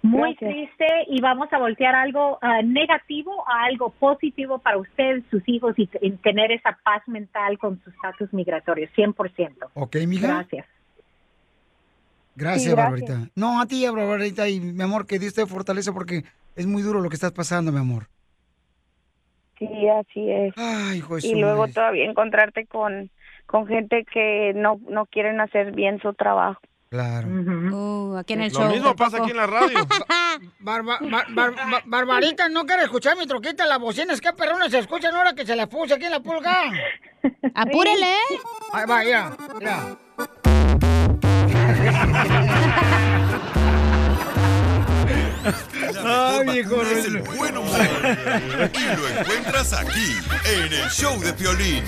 Speaker 22: Muy triste y vamos a voltear algo ah, negativo a algo positivo para usted, sus hijos y, t- y tener esa paz mental con su estatus migratorio, 100%.
Speaker 1: Ok, mija.
Speaker 22: Gracias.
Speaker 1: Gracias,
Speaker 22: Sí, gracias.
Speaker 1: Barbarita. No, a ti, Barbarita, y mi amor, que Dios te fortaleza porque es muy duro lo que estás pasando, mi amor.
Speaker 14: Sí, así es.
Speaker 1: hijo de su
Speaker 14: y luego
Speaker 1: madre.
Speaker 14: todavía encontrarte con, con gente que no, no quieren hacer bien su trabajo.
Speaker 1: Claro.
Speaker 14: aquí en el
Speaker 2: Lo show mismo pasa tampoco. aquí en la radio.
Speaker 1: Barba- bar- bar- bar- barbarita, no quiere escuchar mi troquita, las bocinas, que perrona se escuchan ahora que se las puse aquí en la pulga.
Speaker 3: Apúrele.
Speaker 1: Ahí va, mira, mira.
Speaker 4: Ay, viejo. Es el buen humor. Y lo encuentras aquí, en el show de Piolín.